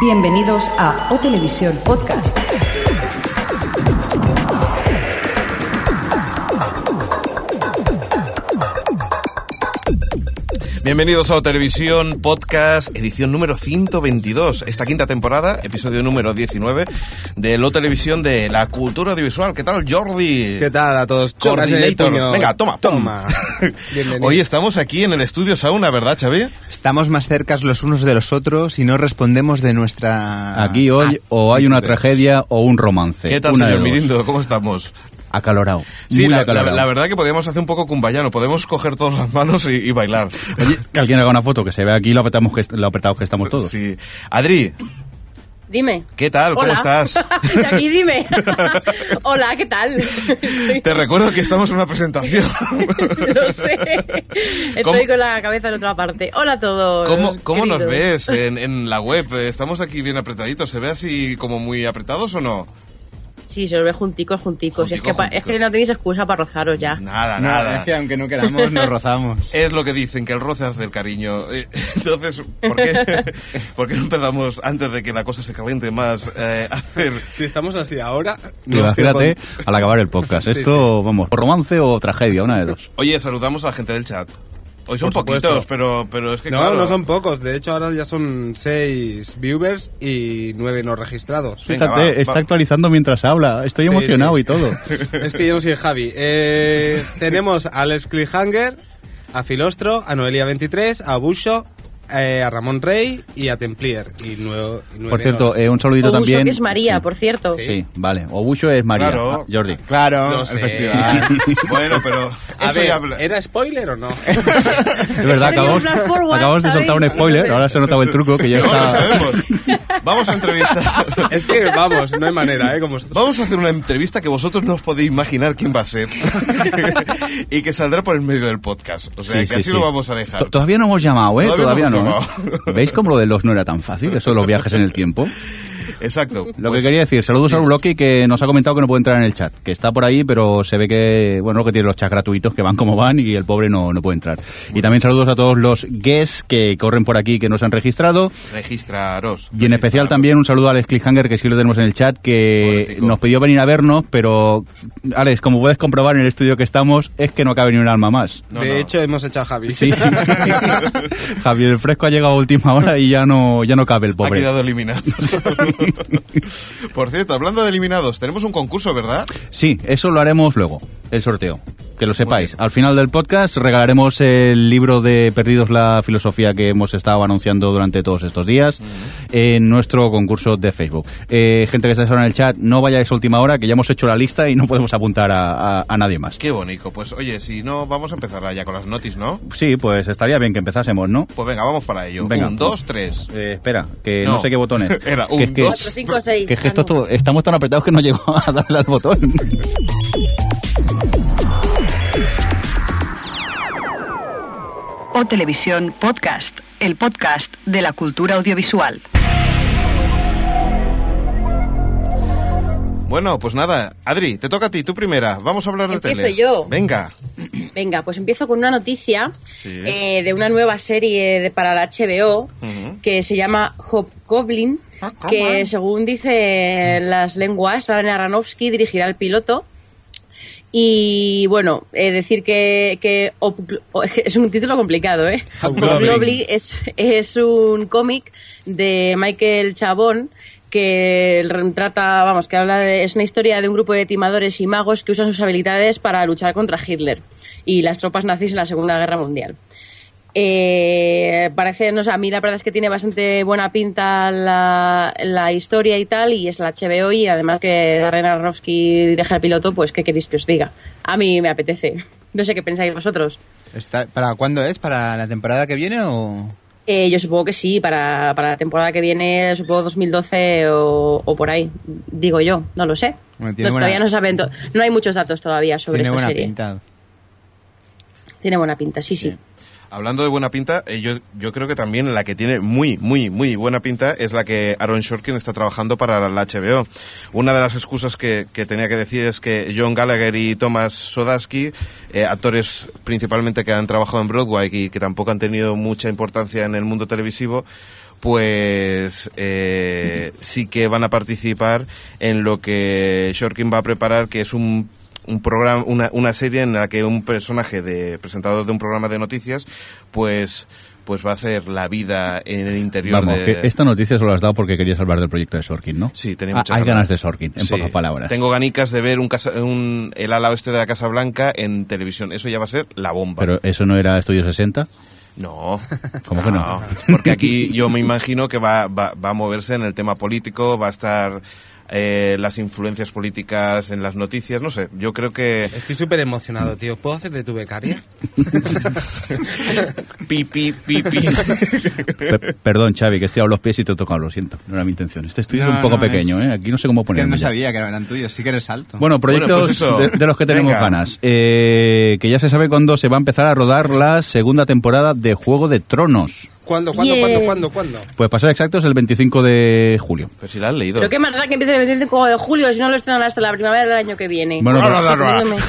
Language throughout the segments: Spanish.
Bienvenidos a O Televisión Podcast. Bienvenidos a O Televisión Podcast, edición número 122, esta quinta temporada, episodio número 19 de Lo Televisión de la Cultura Audiovisual. ¿Qué tal, Jordi? ¿Qué tal a todos? Chocas en el Coordinator. puño. Venga, toma, pum. Toma. Bienvenido. Hoy estamos aquí en el estudio Sauna, ¿verdad, Xavi? Estamos más cercas los unos de los otros y no respondemos de nuestra... Ah, Aquí hoy o hay una actitudes. tragedia o un romance. Ah, ¿Qué tal, Una de señor dos. Mirindo? ¿Cómo estamos? Acalorado. Sí, muy la, la- acalorado. la verdad que podríamos hacer un poco cumbayano, podemos coger todas las manos y, y bailar. Oye, que alguien haga una foto que se vea aquí lo, apretamos que, est- lo apretados que estamos todos. Sí. Adri, Dime. ¿qué tal? ¿Cómo Hola. estás? Aquí dime. Hola, ¿qué tal? Estoy- Te recuerdo que estamos en una presentación. Lo sé. Estoy ¿Cómo- con la cabeza en otra parte. Hola a todos. ¿Cómo, cómo nos queridos. ves en, en la web? Eh, Estamos aquí bien apretaditos. ¿Se ve así como muy apretados o no? Sí, se os ve junticos, junticos. Juntico, es, que pa- juntico. es que no tenéis excusa para rozaros ya. Nada, Nada, Eh, nada. Es que aunque no queramos, nos rozamos. Es lo que dicen, que el roce hace el cariño. Eh, Entonces, ¿por qué, por qué no empezamos antes de que la cosa se caliente más eh, a hacer? Si estamos así ahora, Que nos Imagínate quiero al acabar el podcast. Sí, Esto, vamos, o romance o tragedia, una de dos. Oye, saludamos a la gente del chat. Hoy son Por supuesto. poquitos, pero, pero es que con- No, claro, no son pocos. De hecho, ahora ya son seis viewers y nueve no registrados. Venga, Fíjate, va, está va. actualizando mientras habla. Estoy Sí, emocionado sí. y todo. Es que yo no soy el Javi. Eh, tenemos a Alex Cliffhanger, a Filostro, a Noelia23, a Busho, eh, a Ramón Rey y a Templier. Y nuevo, y nueve Por no- cierto, eh, un saludito Obuso, también. que es María, Sí. por cierto. Sí, vale. Obucho es María. Claro. Ah, Jordi. Claro, No el sé. festival. bueno, pero A eh, eso ver, ya habla- ¿era spoiler o no? Es verdad, Ha tenido un acabamos, flash forward, acabamos de ¿sabéis? soltar un spoiler. Ahora se ha notado el truco que ya No, no está. sabemos. Vamos a entrevistar. es que, vamos, no hay manera, ¿eh? Como Vamos a hacer una entrevista que vosotros no os podéis imaginar quién va a ser y que saldrá por el medio del podcast. O sea, Sí, que sí, así lo sí. vamos a To- dejar. Todavía no hemos llamado, ¿eh? Todavía Todavía, no no. hemos ¿eh? llamado. ¿Veis cómo lo de los no era tan fácil? Eso de los viajes en el tiempo. Exacto. Lo Pues, que quería decir, saludos a Uloki que nos ha comentado que no puede entrar en el chat, que está por ahí, pero se ve que, bueno, que tiene los chats gratuitos que van como van y el pobre no, no puede entrar. Y también saludos a todos los guests que corren por aquí que nos han registrado. Registraros. Y en especial Registraros. también un saludo a Alex Cliffhanger, que sí lo tenemos en el chat, que Pobrecito. nos pidió venir a vernos, pero Alex, como puedes comprobar en el estudio que estamos, es que no cabe ni un alma más. No, de no. hecho, hemos echado a Javi. Sí. Javier el Fresco ha llegado a última hora y ya no, ya no cabe el Ha pobre. quedado eliminado. Por cierto, hablando de eliminados, tenemos un concurso, ¿verdad? Sí, eso lo haremos luego, el sorteo. Que lo sepáis. bien. Al final del podcast regalaremos el libro de Perdidos la Filosofía que hemos estado anunciando durante todos estos días en nuestro concurso de Facebook. Eh, gente que estáis ahora en el chat, no vayáis a última hora, que ya hemos hecho la lista y no podemos apuntar a, a- a nadie más. Qué bonito. Pues oye, si no, vamos a empezar ya con las notis, ¿no? Sí, pues estaría bien que empezásemos, ¿no? Pues venga, vamos para ello. Venga. Un, dos, tres. Eh, espera, que no. No. sé qué botones. Era que, un, es que- dos, 4, 5, 6. que es que esto es todo- estamos tan apretados que no llego a darle al botón. O Televisión Podcast, el podcast de la cultura audiovisual. Bueno, pues nada. Adri, te toca a ti, tú primera. Vamos a hablar de Empiezo tele. yo. Venga. Venga, pues empiezo con una noticia Sí. eh, de una nueva serie de- para la HBO Ujú. que se llama Hobgoblin, que según dicen las lenguas, Darren Aronofsky dirigirá el piloto. Y bueno, eh, decir que, que Ob- o- es un título complicado, ¿eh? Hobgoblin. Hobgoblin es, es un cómic de Michael Chabón que re- trata, vamos, que habla de, es una historia de un grupo de timadores y magos que usan sus habilidades para luchar contra Hitler y las tropas nazis en la Segunda Guerra Mundial. Eh, parece, no sé, a mí la verdad es que tiene bastante buena pinta la, la historia y tal, y es la HBO y además que Darren Aronofsky dirige el piloto, pues ¿qué queréis que os diga? A mí me apetece. No sé qué pensáis vosotros. Está- ¿Para cuándo es? ¿Para la temporada que viene o...? Eh, yo supongo que sí, para, para la temporada que viene, supongo 2012 o, o por ahí, digo yo, no lo sé. Bueno, tiene No, buena- todavía no saben, to- no hay muchos datos todavía sobre Tiene esta buena serie. pinta. Tiene buena pinta, sí, sí. Hablando de buena pinta, eh, yo, yo creo que también la que tiene muy, muy, muy buena pinta es la que Aaron Shorkin está trabajando para la, la HBO. Una de las excusas que, que tenía que decir es que John Gallagher y Thomas Sodaski, eh, actores principalmente que han trabajado en Broadway y que tampoco han tenido mucha importancia en el mundo televisivo, pues eh, sí que van a participar en lo que Shorkin va a preparar, que es un un programa, una, una serie en la que un personaje de presentador de un programa de noticias, pues pues va a hacer la vida en el interior Vamos, de que esta noticia solo la has dado porque querías hablar del proyecto de Sorkin, ¿no? Sí, tenía Ah, muchas Hay ganas de Sorkin, en Sí. pocas palabras. Tengo ganicas de ver un casa- un- el ala oeste de la Casa Blanca en televisión. Eso ya va a ser la bomba. Pero eso no era Estudio 60. No. ¿Cómo que no? Porque aquí yo me imagino que va, va, va a moverse en el tema político, va a estar eh, las influencias políticas en las noticias, no sé. Yo creo que Estoy súper emocionado, tío. ¿Puedo hacer de tu becaria? pipi, pipi. Pe- perdón, Xavi, que he estirado los pies y te he tocado, lo siento. No era mi intención. Este estudio es No, un poco no, pequeño, es- ¿eh? Aquí no sé cómo Es que ponerme no ya. sabía que eran tuyos, sí que eres alto. Bueno, proyectos Bueno, pues eso. de, de los que tenemos Venga. ganas. Eh, que ya se sabe cuándo se va a empezar a rodar la segunda temporada de Juego de Tronos. ¿Cuándo, cuándo, Yeah. cuándo, cuándo, cuándo? Pues para ser exactos, el 25 de julio. Pero si la has leído. Pero qué más da que empiece el 25 este de julio si no lo estrenan hasta la primavera del año que viene. Bueno, pero-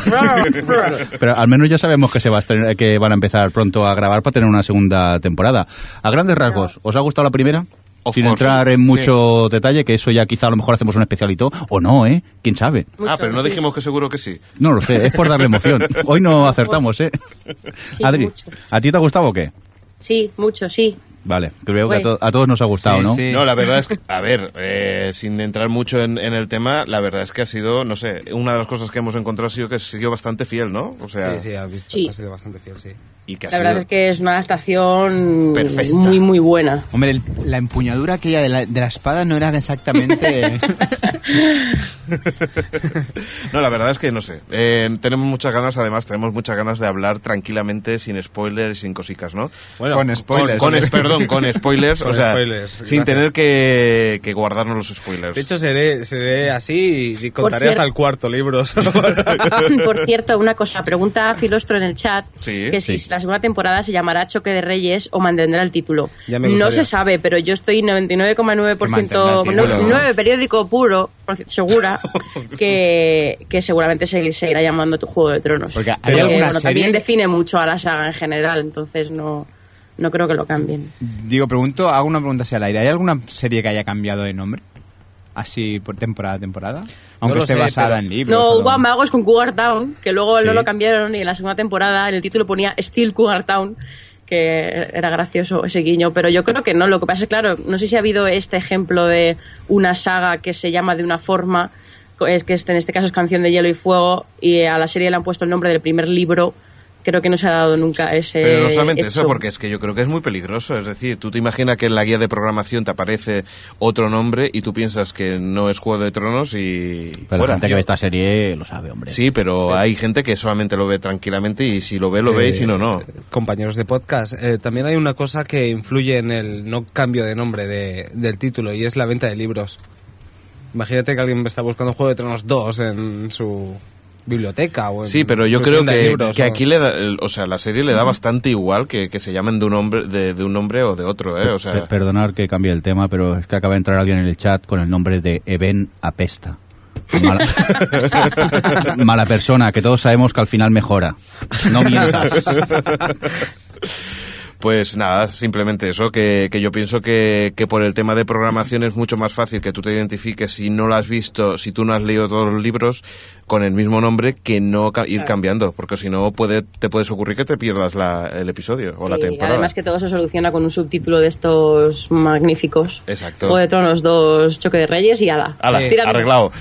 Perdóname. Pero al menos ya sabemos que se va a estrenar- que van a empezar pronto a grabar para tener una segunda temporada. A grandes rasgos, ¿os ha gustado la primera? Of Sin course. entrar en mucho detalle, que eso ya quizá a lo mejor hacemos un especialito, o no, ¿eh? ¿Quién sabe? Ah, Mucho, pero no sí. dijimos que seguro que sí. No lo sé, es por darle emoción. Hoy no acertamos, ¿eh? Sí, Adri, mucho. ¿a ti te ha gustado o qué? Sí, mucho, sí. Vale, creo que a, Bueno. to- a todos nos ha gustado, Sí, ¿no? sí. No, la verdad es que, a ver, eh, sin entrar mucho en, en el tema, la verdad es que ha sido, no sé, una de las cosas que hemos encontrado ha sido que siguió bastante fiel, ¿no? O sea, Sí, sí, has visto. Sí. Ha sido bastante fiel, sí. y que ha La verdad sido- es que es una adaptación Perfecta. muy, muy buena. Hombre, el- la empuñadura aquella de la, de la espada no era exactamente... No, la verdad es que no sé. Eh, tenemos muchas ganas, además, tenemos muchas ganas de hablar tranquilamente, sin spoilers, sin cosicas, ¿no? Bueno, con spoilers. Con, es- perdón, con spoilers, o Con sea, spoilers, sin gracias. tener que, que guardarnos los spoilers. De hecho, seré, seré así y contaré cierto- hasta el cuarto libro. solo. Por cierto, una cosa, pregunta a Filostro en el chat Sí, que si sí. la segunda temporada se llamará Choque de Reyes o mantendrá el título. Ya me no gustaría. se sabe, pero yo estoy 99,9% Que mantendrá el título, no- ¿no? nueve periódico puro, por ci- segura, que, que seguramente se seguirá llamando tu Juego de Tronos. Porque hay Porque, alguna bueno, también serie- define mucho a la saga en general, entonces no, no creo que lo cambien. Digo, pregunto, hago una pregunta hacia el aire. ¿Hay alguna serie que haya cambiado de nombre? Así por temporada a temporada. Aunque lo esté sé, basada pero- en libros. No, o hubo algo. amagos con Cougar Town, que luego Sí. no lo cambiaron y en la segunda temporada en el título ponía Still Cougar Town, que era gracioso ese guiño, pero yo creo que no. Lo que pasa es, claro, no sé si ha habido este ejemplo de una saga que se llama de una forma, co- es que este- en este caso es Canción de Hielo y Fuego, y a la serie le han puesto el nombre del primer libro. Creo que no se ha dado nunca ese. Pero no solamente eso, hecho. porque es que yo creo que es muy peligroso. Es decir, tú te imaginas que en la guía de programación te aparece otro nombre y tú piensas que no es Juego de Tronos y. Pero fuera. la gente que ve esta serie lo sabe, hombre. Sí, pero hay gente que solamente lo ve tranquilamente y si lo ve, lo ve y si no, no. Eh, Compañeros de podcast, eh, también hay una cosa que influye en el no cambio de nombre de- del título y es la venta de libros. Imagínate que alguien está buscando Juego de Tronos 2 en su biblioteca o en Sí, pero yo su creo tienda de que, libros, que o- aquí le da, el- o sea, la serie le da bastante igual que, que se llamen de un hombre, de, de un nombre o de otro, ¿eh? O Pe- sea, Perdonar que cambie el tema, pero es que acaba de entrar alguien en el chat con el nombre de Eben Apesta. Mala, mala persona, que todos sabemos que al final mejora. No mientas. pues nada, simplemente eso, que, que yo pienso que, que por el tema de programación es mucho más fácil que tú te identifiques si no lo has visto, si tú no has leído todos los libros con el mismo nombre que no ca- ir cambiando, porque si no puede, te puedes ocurrir que te pierdas la- el episodio o la Sí, temporada. Además que todo se soluciona con un subtítulo de estos magníficos. Exacto. Juego de Tronos 2, Choque de Reyes y ala. Ala, Tira- arreglado.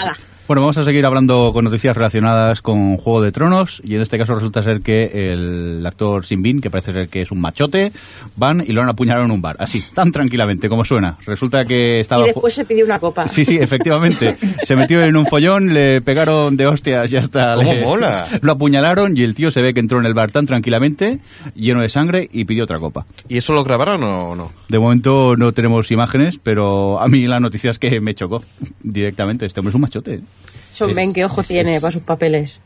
Ala. Bueno, vamos a seguir hablando con noticias relacionadas con Juego de Tronos y en este caso resulta ser que el actor Sinbin, que parece ser que es un machote, van y lo han apuñalado en un bar, así, tan tranquilamente como suena. Resulta que estaba... Y después se pidió una copa. Sí, sí, efectivamente. Se metió en un follón, le pegaron de hostias y hasta... ¿Cómo le- mola? Lo apuñalaron y el tío se ve que entró en el bar tan tranquilamente, lleno de sangre, y pidió otra copa. ¿Y eso lo grabaron o no? De momento no tenemos imágenes, pero a mí la noticia es que me chocó directamente. Este hombre es un machote. ¿eh? Son Ben, qué ojo tiene para sus papeles.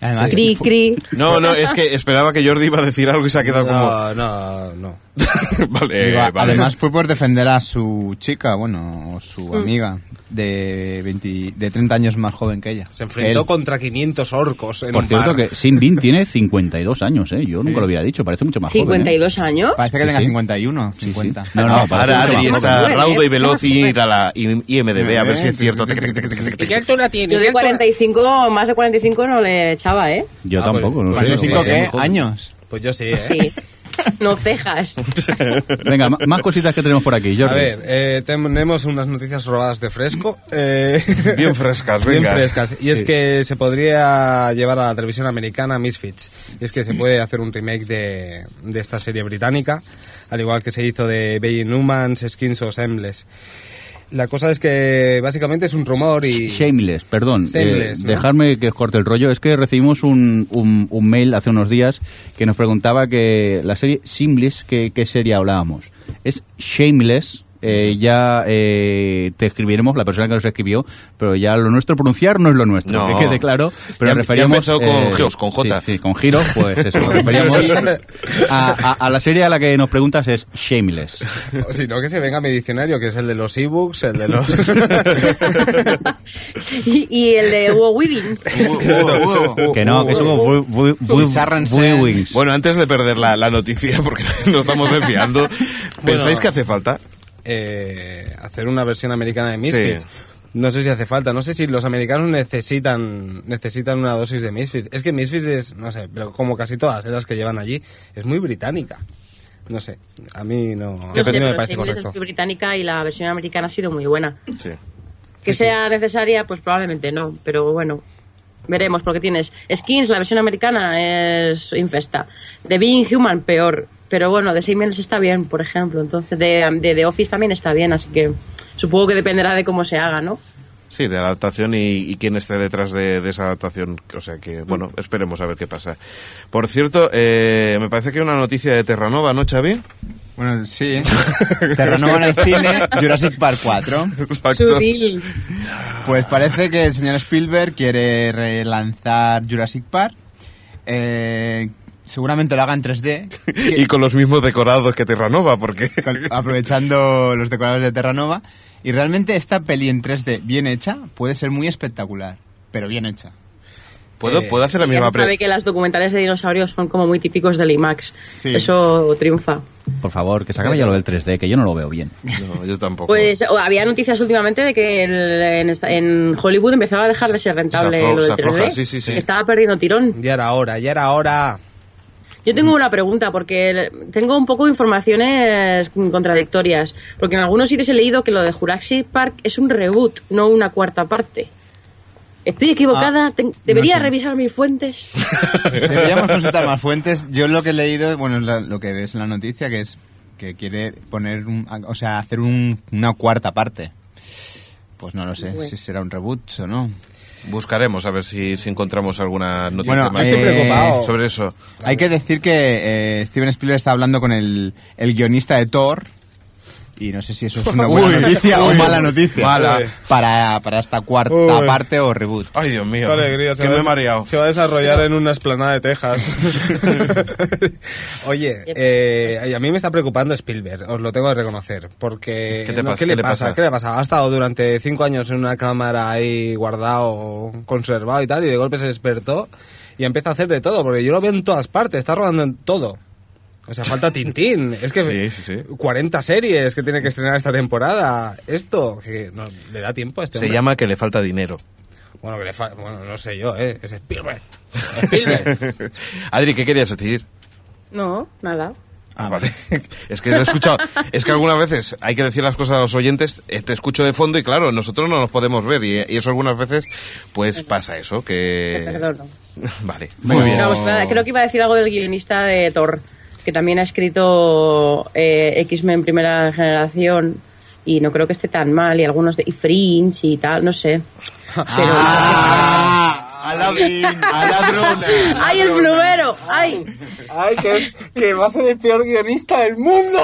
Además, Cri, fu- cri. No, no, es que esperaba que Jordi iba a decir algo y se ha quedado como... No, no, no. vale, Digo, Eh, vale. Además fue por defender a su chica, bueno, o su Mm. amiga, de, 20 de 30 años más joven que ella. Se Que enfrentó él. contra 500 orcos en Por un cierto, bar. que Sin Bin tiene 52 años, ¿eh? Yo nunca lo había dicho, parece mucho más joven. ¿eh? 52 años. Parece que Sí, tenga sí. 51, 50. No, Ah, no, parece Ahora mucho Adri más joven. está joven. raudo y veloz y ir a la I- IMDB a ver Eh, si es cierto. Tic, tic, tic, tic, tic, tic. Yo de 45, más de 45 no le echaba, ¿eh? Yo Ah, tampoco, pues, no sé. pues, lo no, veo ¿qué? muy joven. ¿Años? Pues yo sí, ¿eh? Sí. No cejas. Venga, ma- más cositas que tenemos por aquí, Jordi. A ver, eh, tenemos unas noticias robadas de fresco. eh, Bien frescas, Bien venga. frescas. Y es Sí. que se podría llevar a la televisión americana Misfits. Y es que se puede hacer un remake de, de esta serie británica, al igual que se hizo de Being Humans, Skins o Sembles. La cosa es que básicamente es un rumor y... Shameless, perdón. eh, Shameless, ¿no? Dejarme que os corte el rollo. Es que recibimos un, un- un mail hace unos días que nos preguntaba que la serie Shameless, ¿qué, qué serie hablábamos? Es Shameless. eh, ya eh, te escribiremos, la persona que nos escribió, pero ya lo nuestro, pronunciar no es lo nuestro, No. que quede claro. Pero Ya- ya referíamos. eh, empezó con giros, con J. Sí, sí, con giros, pues eso. nos referíamos a, a- a la serie a la que nos preguntas es Shameless. o Si no, que se venga mi diccionario, que es el de los ebooks, el de los... Y, y el de Hugo Weaving. Uh, que no, que somos bu- bu- bu- Sarrensen. bu- wings. Bueno, antes de perder la, la noticia, porque nos estamos desviando, ¿pensáis que hace falta? eh, hacer una versión americana de Misfits. Sí. No sé si hace falta, no sé si los americanos necesitan necesitan una dosis de Misfits. Es que Misfits es, no sé, pero como casi todas las que llevan allí, es muy británica. No sé, a mí no, No a sé, mí no me pero parece sí, correcto. la británica y la versión americana ha sido muy buena. Sí. Que sea necesaria, pues probablemente no, pero bueno. Veremos, porque tienes Skins, la versión americana es infesta. De Being Human, peor. Pero bueno, de Siemens está bien, por ejemplo. Entonces, de, de, The Office también está bien, así que supongo que dependerá de cómo se haga, ¿no? Sí, de adaptación y, y quién esté detrás de, de esa adaptación. O sea que, bueno, esperemos a ver qué pasa. Por cierto, eh, me parece que hay una noticia de Terranova, ¿no, Xavi? Bueno, sí. ¿eh? Te renovan el cine Jurassic Park 4. Exacto. Sutil. Pues parece que el señor Spielberg quiere relanzar Jurassic Park. Eh, seguramente lo haga en 3D, Y con los mismos decorados que Terranova, porque... con- aprovechando los decorados de Terranova. Y realmente esta peli en 3D bien hecha puede ser muy espectacular, pero bien hecha. ¿Puedo, Eh, puedo hacer la Ya misma se sabe pregunta? que las documentales de dinosaurios son como muy típicos del IMAX. Sí. Eso triunfa. Por favor, que se acabe ya lo del 3D, que yo no lo veo bien. No, yo tampoco. Pues o- había noticias últimamente de que el- en, esta- en Hollywood empezaba a dejar de ser rentable Se aflo- lo se de afloja, 3D, sí, sí, sí. que estaba perdiendo tirón. Ya era hora, ya era hora. Yo tengo una pregunta porque el- tengo un poco informaciones contradictorias, porque en algunos sitios he leído que lo de Jurassic Park es un reboot, no una cuarta parte. Estoy equivocada, Ah, Ten- no debería sé. revisar mis fuentes. Deberíamos consultar más fuentes. Yo lo que he leído, bueno, es la- lo que ves en la noticia, que es que quiere poner, un- o sea, hacer un- una cuarta parte. Pues no lo sé, Bueno. si será un reboot o no. Buscaremos a ver si, si encontramos alguna noticia Bueno, más eh, sobre- estoy preocupado. sobre eso. Hay que decir que eh, Steven Spielberg está hablando con el, el guionista de Thor y no sé si eso es una buena Uy, noticia o uy, mala noticia Eh. mala. para, para esta cuarta Uy. parte o reboot. Ay, Dios mío. Qué alegría, se que va me he a- mareado. Se va a desarrollar en una esplanada de Texas. Oye, eh, a mí me está preocupando Spielberg, os lo tengo que reconocer, porque... ¿Qué te pasa? le pasa? ¿Qué le pasa? Ha estado durante cinco años en una cámara ahí guardado, conservado y tal, y de golpe se despertó y empieza a hacer de todo, porque yo lo veo en todas partes, está rodando en todo. O sea, falta Tintín. Es que Sí, sí, sí. 40 series que tiene que estrenar esta temporada. Esto, que no, le da tiempo a este Se hombre? llama que le falta dinero. Bueno, que le fa- bueno, no sé yo, ¿eh? Es Spielberg. Spielberg. Adri, ¿qué querías decir? No, nada. Ah, vale. Es que te he escuchado. es que algunas veces hay que decir las cosas a los oyentes, eh, te escucho de fondo y claro, nosotros no nos podemos ver y, eh, y eso algunas veces pues pasa eso, Te que... perdono. Vale. Eh, Muy bien. No, pues nada, creo que iba a decir algo del guionista de Thor, que también ha escrito eh, X-Men primera generación y no creo que esté tan mal, y algunos de y Fringe y tal, no sé. Pero- ¡Ah! ¡A la vin- a ladrona! ¡Ay, el plumero! ¡Ay! ¡Ay, que, que va a ser el peor guionista del mundo!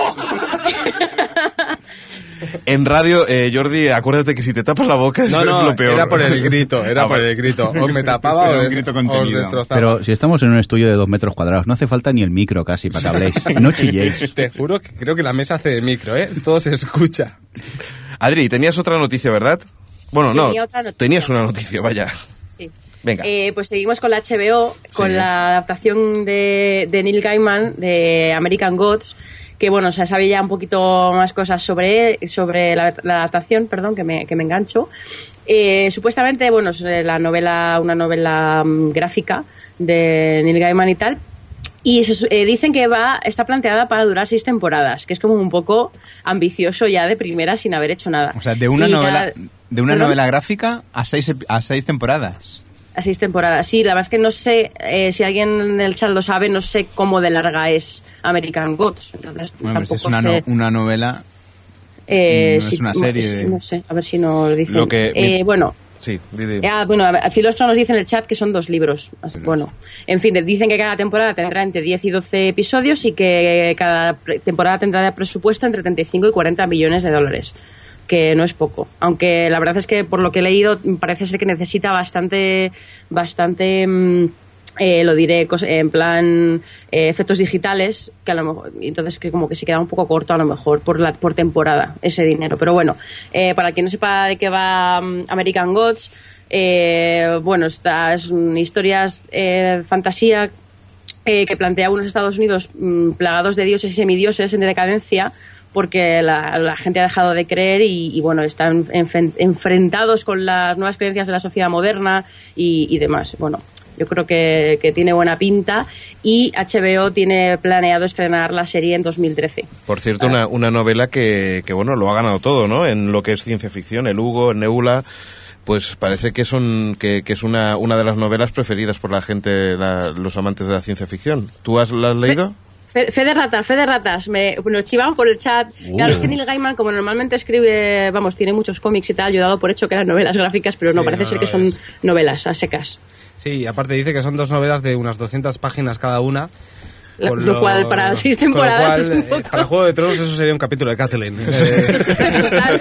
En radio, eh, Jordi, acuérdate que si te tapas la boca eso No, no, es lo peor. era por el grito, era Ah, por vale. el grito. O me tapaba Era o, un des- grito os contenido. destrozaba. Pero si estamos en un estudio de dos metros cuadrados, no hace falta ni el micro casi para que habléis. No chilléis. Te juro que creo que la mesa hace de micro, ¿eh? Todo se escucha. Adri, tenías otra noticia, ¿verdad? Bueno, no, Tenía otra noticia. tenías una noticia, vaya. Sí. Venga. Eh, pues seguimos con la HBO, con Sí. la adaptación de, de Neil Gaiman de American Gods, que bueno, se sabe ya un poquito más cosas sobre, sobre la, la adaptación, perdón, que me, que me engancho. Eh, supuestamente, bueno, es eh, la novela, una novela mm, gráfica de Neil Gaiman y tal, y se su- eh, dicen que va, está planteada para durar seis temporadas, que es como un poco ambicioso ya de primera sin haber hecho nada. O sea, de una Y ya- novela de una Perdón. novela gráfica a seis ep- a seis temporadas. A seis temporadas. Sí, la verdad es que no sé, eh, si alguien en el chat lo sabe, no sé cómo de larga es American Gods. Entonces, Bueno, pero si tampoco es una, no- sé, una novela. eh, no es si- una serie si- de- No sé, a ver si nos lo dicen. Lo que- Eh, mi- Bueno, Sí, di, di. Ah, bueno, a ver, Filostro nos dice en el chat que son dos libros. Así, bueno, en fin, de- dicen que cada temporada tendrá entre 10 y 12 episodios y que cada pre- temporada tendrá de presupuesto entre 35 y 40 millones de dólares, que no es poco. Aunque la verdad es que por lo que he leído m, parece ser que necesita bastante, bastante. mm, eh, lo diré cos- en plan eh, efectos digitales que a lo mejor entonces que como que se queda un poco corto a lo mejor por la por temporada ese dinero pero bueno eh, para quien no sepa de qué va mm, American Gods eh, bueno, estas mm, historias eh, de fantasía eh, que plantea unos Estados Unidos mm, plagados de dioses y semidioses en decadencia porque la, la gente ha dejado de creer y, y, bueno, están enfen- enfrentados con las nuevas creencias de la sociedad moderna y, y demás. Bueno, yo creo que, que tiene buena pinta y HBO tiene planeado estrenar la serie en 2013. Por cierto, una, una novela que, que, bueno, lo ha ganado todo, ¿no? En lo que es ciencia ficción, El Hugo, Nebula, pues parece que son que, que es una, una de las novelas preferidas por la gente, la- los amantes de la ciencia ficción. ¿Tú has, la has leído? Fe, fe de ratas, fe de ratas. Me, nos chivaban por el chat. Claro, es que Neil Gaiman, como normalmente escribe, vamos, tiene muchos cómics y tal, yo he dado por hecho que eran novelas gráficas, pero no, Sí, parece no, ser no, que son es- novelas a secas. Sí, y aparte dice que son dos novelas de unas 200 páginas cada una. Lo- con lo cual para seis con lo temporadas cual, es un eh, poco- para Juego de Tronos eso sería un capítulo de Kathleen. Eh,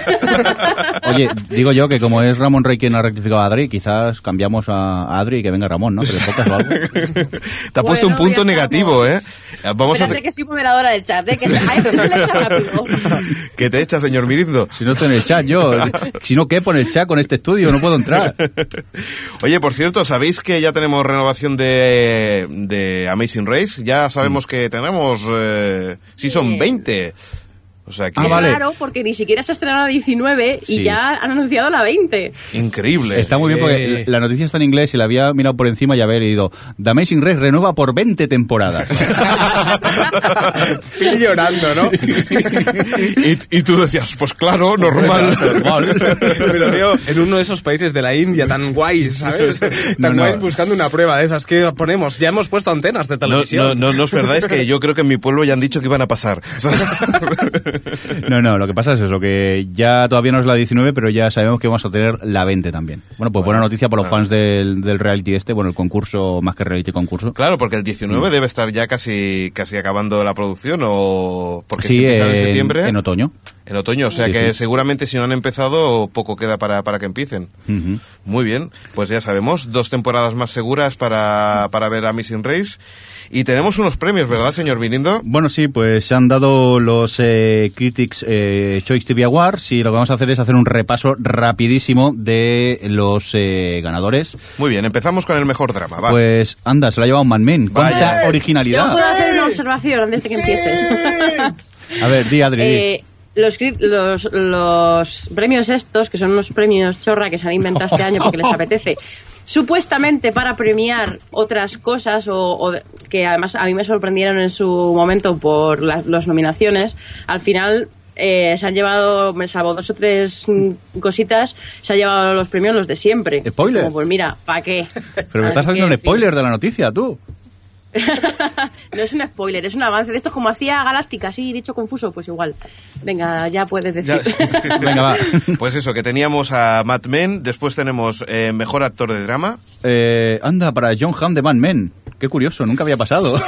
Oye, digo yo que como es Ramón Rey quien ha rectificado a Adri, quizás cambiamos a Adri y que venga Ramón, ¿no? Que le tocas o algo. Te ha puesto Bueno, un punto ya negativo, ¿eh? Vamos a... Espérate que soy moderadora del chat, ¿eh? que se, ay, se le echa rápido. que te echa, señor Mirindo. Si no estoy en el chat yo. Si no, ¿qué pone el chat con este estudio? No puedo entrar. Oye, por cierto, ¿sabéis que ya tenemos renovación de, de Amazing Race? Ya Mm. sabemos que tenemos... Eh, sí, son Bien. 20. O sea, que... Ah, es vale. raro porque ni siquiera se ha estrenado la 19 y Sí. ya han anunciado la 20. Increíble. Está muy bien porque Eh. la noticia está en inglés y la había mirado por encima y había leído The Amazing Race renueva por 20 temporadas. Phil llorando, ¿no? y, y tú decías, pues claro, normal. Pero tío, en uno de esos países de la India tan guays, ¿sabes? Tan No, no. guays buscando una prueba de esas que ponemos. Ya hemos puesto antenas de No, televisión. no, no, no os perdáis que yo creo que en mi pueblo ya han dicho que iban a pasar. No, no, lo que pasa es eso, que ya todavía no es la 19, pero ya sabemos que vamos a tener la 20 también. Bueno, pues buena noticia para los fans del, del reality este, bueno, el concurso, más que reality concurso. claro, porque el 19 debe estar ya casi casi acabando la producción o porque si sí, empieza en en- septiembre, en otoño. en otoño, o sea Sí, que sí. seguramente si no han empezado poco queda para, para que empiecen. Ujú. Muy bien, pues ya sabemos, dos temporadas más seguras para, para ver a Missing Race y tenemos unos premios, ¿verdad, señor Vinindo? Bueno, sí, pues se han dado los eh, Critics eh, Choice TV Awards y lo que vamos a hacer es hacer un repaso rapidísimo de los eh, ganadores. Muy bien, empezamos con el mejor drama, va. Pues anda, se lo ha llevado Man Men. ¡Cuánta Vaya. Yo originalidad! puedo hacer una observación antes de que empieces. A ver, di Adri. di. Eh, los, cri- los, los premios estos, que son unos premios chorra que se han inventado este año porque les apetece, supuestamente para premiar otras cosas o, o de- que además a mí me sorprendieron en su momento por la- las nominaciones, al final eh, se han llevado, me salvo dos o tres mm, cositas, se han llevado los premios los de siempre. Spoiler. Como, pues mira, ¿para qué? Pero me estás Así haciendo que, un en fin. spoiler de la noticia, tú. No es un spoiler, es un avance. De estos como hacía Galáctica, así dicho confuso, pues igual. Venga, ya puedes decir. Ya- Venga, va. Pues eso, que teníamos a Matt Men, después tenemos eh, Mejor Actor de Drama, Eh, anda, para John Hamm de Man Men. Qué curioso, nunca había pasado.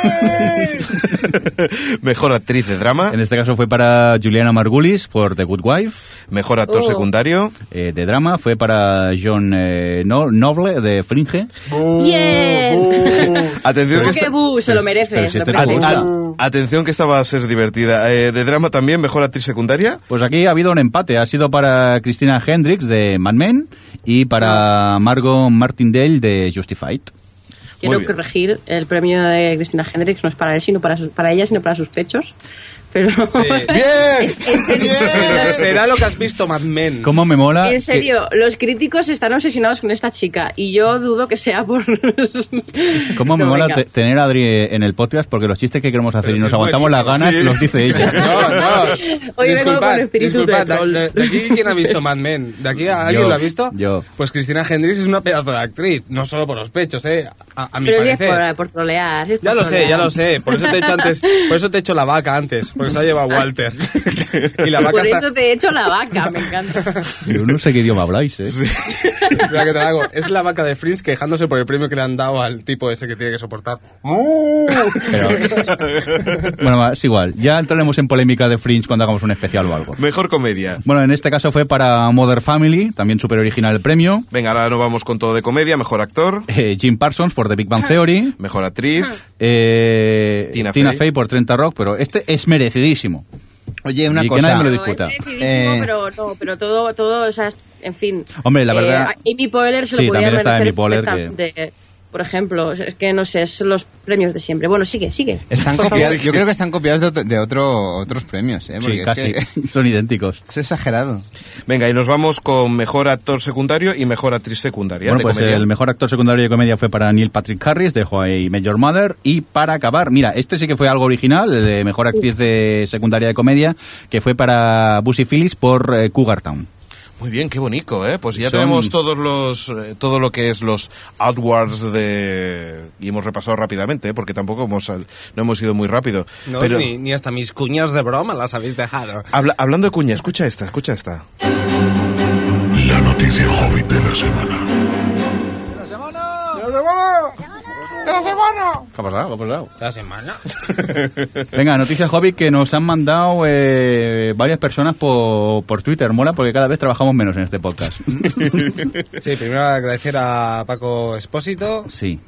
Mejor actriz de drama, en este caso fue para Juliana Margulis por The Good Wife. mejor actor Oh. secundario, eh, de drama fue para John eh, No- Noble de Fringe. Bien. Atención que, Porque esta- Bu se lo pero- merece. pero si lo este a- te merece. gusta. a- atención que esta va a ser divertida. Eh, de drama también, mejor actriz secundaria. Pues aquí ha habido un empate. Ha sido para Christina Hendricks de Mad Men y para Margot Martindale de Muy Justified. Quiero bien. corregir, el premio de Cristina Hendricks no es para él, sino para, sus- para ella, sino para sus pechos. Pero ¡Bien! Será lo que has visto, Mad Men. ¿Cómo me mola? que- en serio, los críticos están obsesionados con esta chica y yo dudo que sea por... ¿Cómo me No, mola venga. te- tener a Adri en el podcast? Porque los chistes que queremos hacer Pero y si nos es aguantamos las buenísimo, ganas sí. los dice ella. No, no. Hoy vengo disculpad, con espíritu disculpad, de troll. de, de aquí quién ha visto Mad Men? ¿De aquí alguien Yo, lo ha visto? yo. Pues Cristina Hendricks es una pedazo de actriz, no solo por los pechos, eh, a, a mi Pero si es parecer. por, por trolear. es por Ya lo sé, trolear. ya lo sé. Por eso te he hecho antes, por eso te he hecho la vaca antes, porque se ha llevado Walter. Y la vaca Por está. eso te he hecho la vaca, me encanta. Yo no sé qué idioma habláis, ¿eh? Espera que te la hago. Es la vaca de Fringe quejándose por el premio que le han dado al tipo ese que tiene que soportar. Pero- bueno, va, es igual. Ya entraremos en polémica de Fringe cuando hagamos un especial o algo. Mejor comedia. Bueno, en este caso fue para Mother Family, también super original el premio. Venga, ahora nos vamos con todo de comedia. Mejor actor, Eh, Jim Parsons por The Big Bang Theory. mejor actriz. Ah. eh, Tina Tina, Fey. Fey. por 30 Rock, pero este es merecidísimo. Oye, Y una que cosa. nadie me lo No, diga. discuta. es merecidísimo, Eh. pero no, pero todo, todo, o sea, es- en fin. Hombre, la verdad- Eh, Amy Poehler se Sí, lo podía también está merecer Amy Poehler, que- perfectamente, Por ejemplo, O sea, es que no sé, son los premios de siempre. Bueno, sigue, sigue. Eh, Están copiados, yo creo que están copiados de, otro- de otro, otros premios, ¿eh? Porque Sí, es casi. que- Son idénticos. es exagerado. Venga, y nos vamos con mejor actor secundario y mejor actriz secundaria. Bueno, de pues comedia. el mejor actor secundario de comedia fue para Neil Patrick Harris de Hawaii Major Mother. Y para acabar, mira, este sí que fue algo original, el de mejor actriz de secundaria de comedia, que fue para Busy Phillips por eh, Cougar Town. Muy bien, qué bonito, ¿eh? Pues ya Son- tenemos todos los, eh, todo lo que es los outwards de... Y hemos repasado rápidamente, ¿eh? porque tampoco hemos, al- no hemos ido muy rápido. No, Pero ni, ni hasta mis cuñas de broma las habéis dejado. habla- hablando de cuña, escucha esta, escucha esta. La noticia hobbit de la semana. ¿Qué ha pasado? ¿Qué ha pasado? Esta semana. Venga, noticias hobby que nos han mandado eh, varias personas por, por Twitter. Mola porque cada vez trabajamos menos en este podcast. Sí, primero agradecer a Paco Espósito Sí.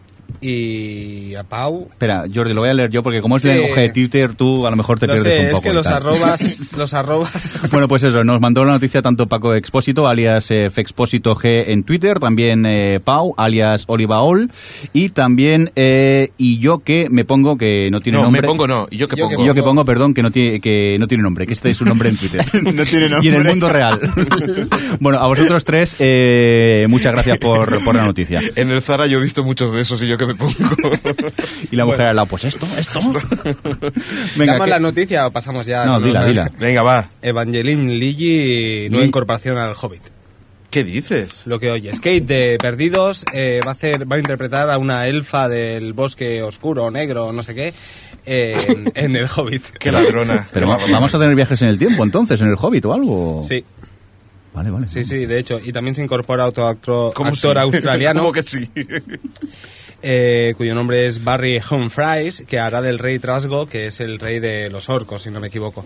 y a Pau. Espera, Jordi, lo voy a leer yo porque como Sí. es el lenguaje de Twitter, tú a lo mejor te No pierdes un sé, es poco. que y los tal. arrobas, los arrobas. Bueno, pues eso, nos mandó la noticia tanto Paco Expósito, alias eh, Fexpósito G en Twitter, también eh, Pau, alias Olivaol, y también eh, y yo que me pongo, que no tiene No, nombre. me pongo no, y yo que Yo que pongo. Y yo que pongo, perdón, que no tiene, que no tiene nombre, que este es su nombre en Twitter. No tiene Y en el mundo real. bueno, a vosotros tres, eh, muchas gracias por, por la noticia. En el Zara yo he visto muchos de esos y yo que me pongo. Y la mujer al lado, pues esto, esto. ¿Damos que- la noticia o pasamos ya? No, lo dila, sabes. dila. Venga, va. Evangeline Lilly, nueva Li- incorporación al Hobbit. ¿Qué dices? Lo que oyes. Kate de Perdidos eh, va, a hacer, va a interpretar a una elfa del bosque oscuro, negro, no sé qué, eh, en, en el Hobbit. Qué ladrona. Qué Pero va- ladrona. vamos a tener viajes en el tiempo entonces, en el Hobbit o algo. Sí, Vale, vale. sí, sí, de hecho. Y también se incorpora otro actro- ¿Cómo actor sí? australiano ¿Cómo que sí? eh, cuyo nombre es Barry Humphries, que hará del rey Trasgo, que es el rey de los orcos, si no me equivoco.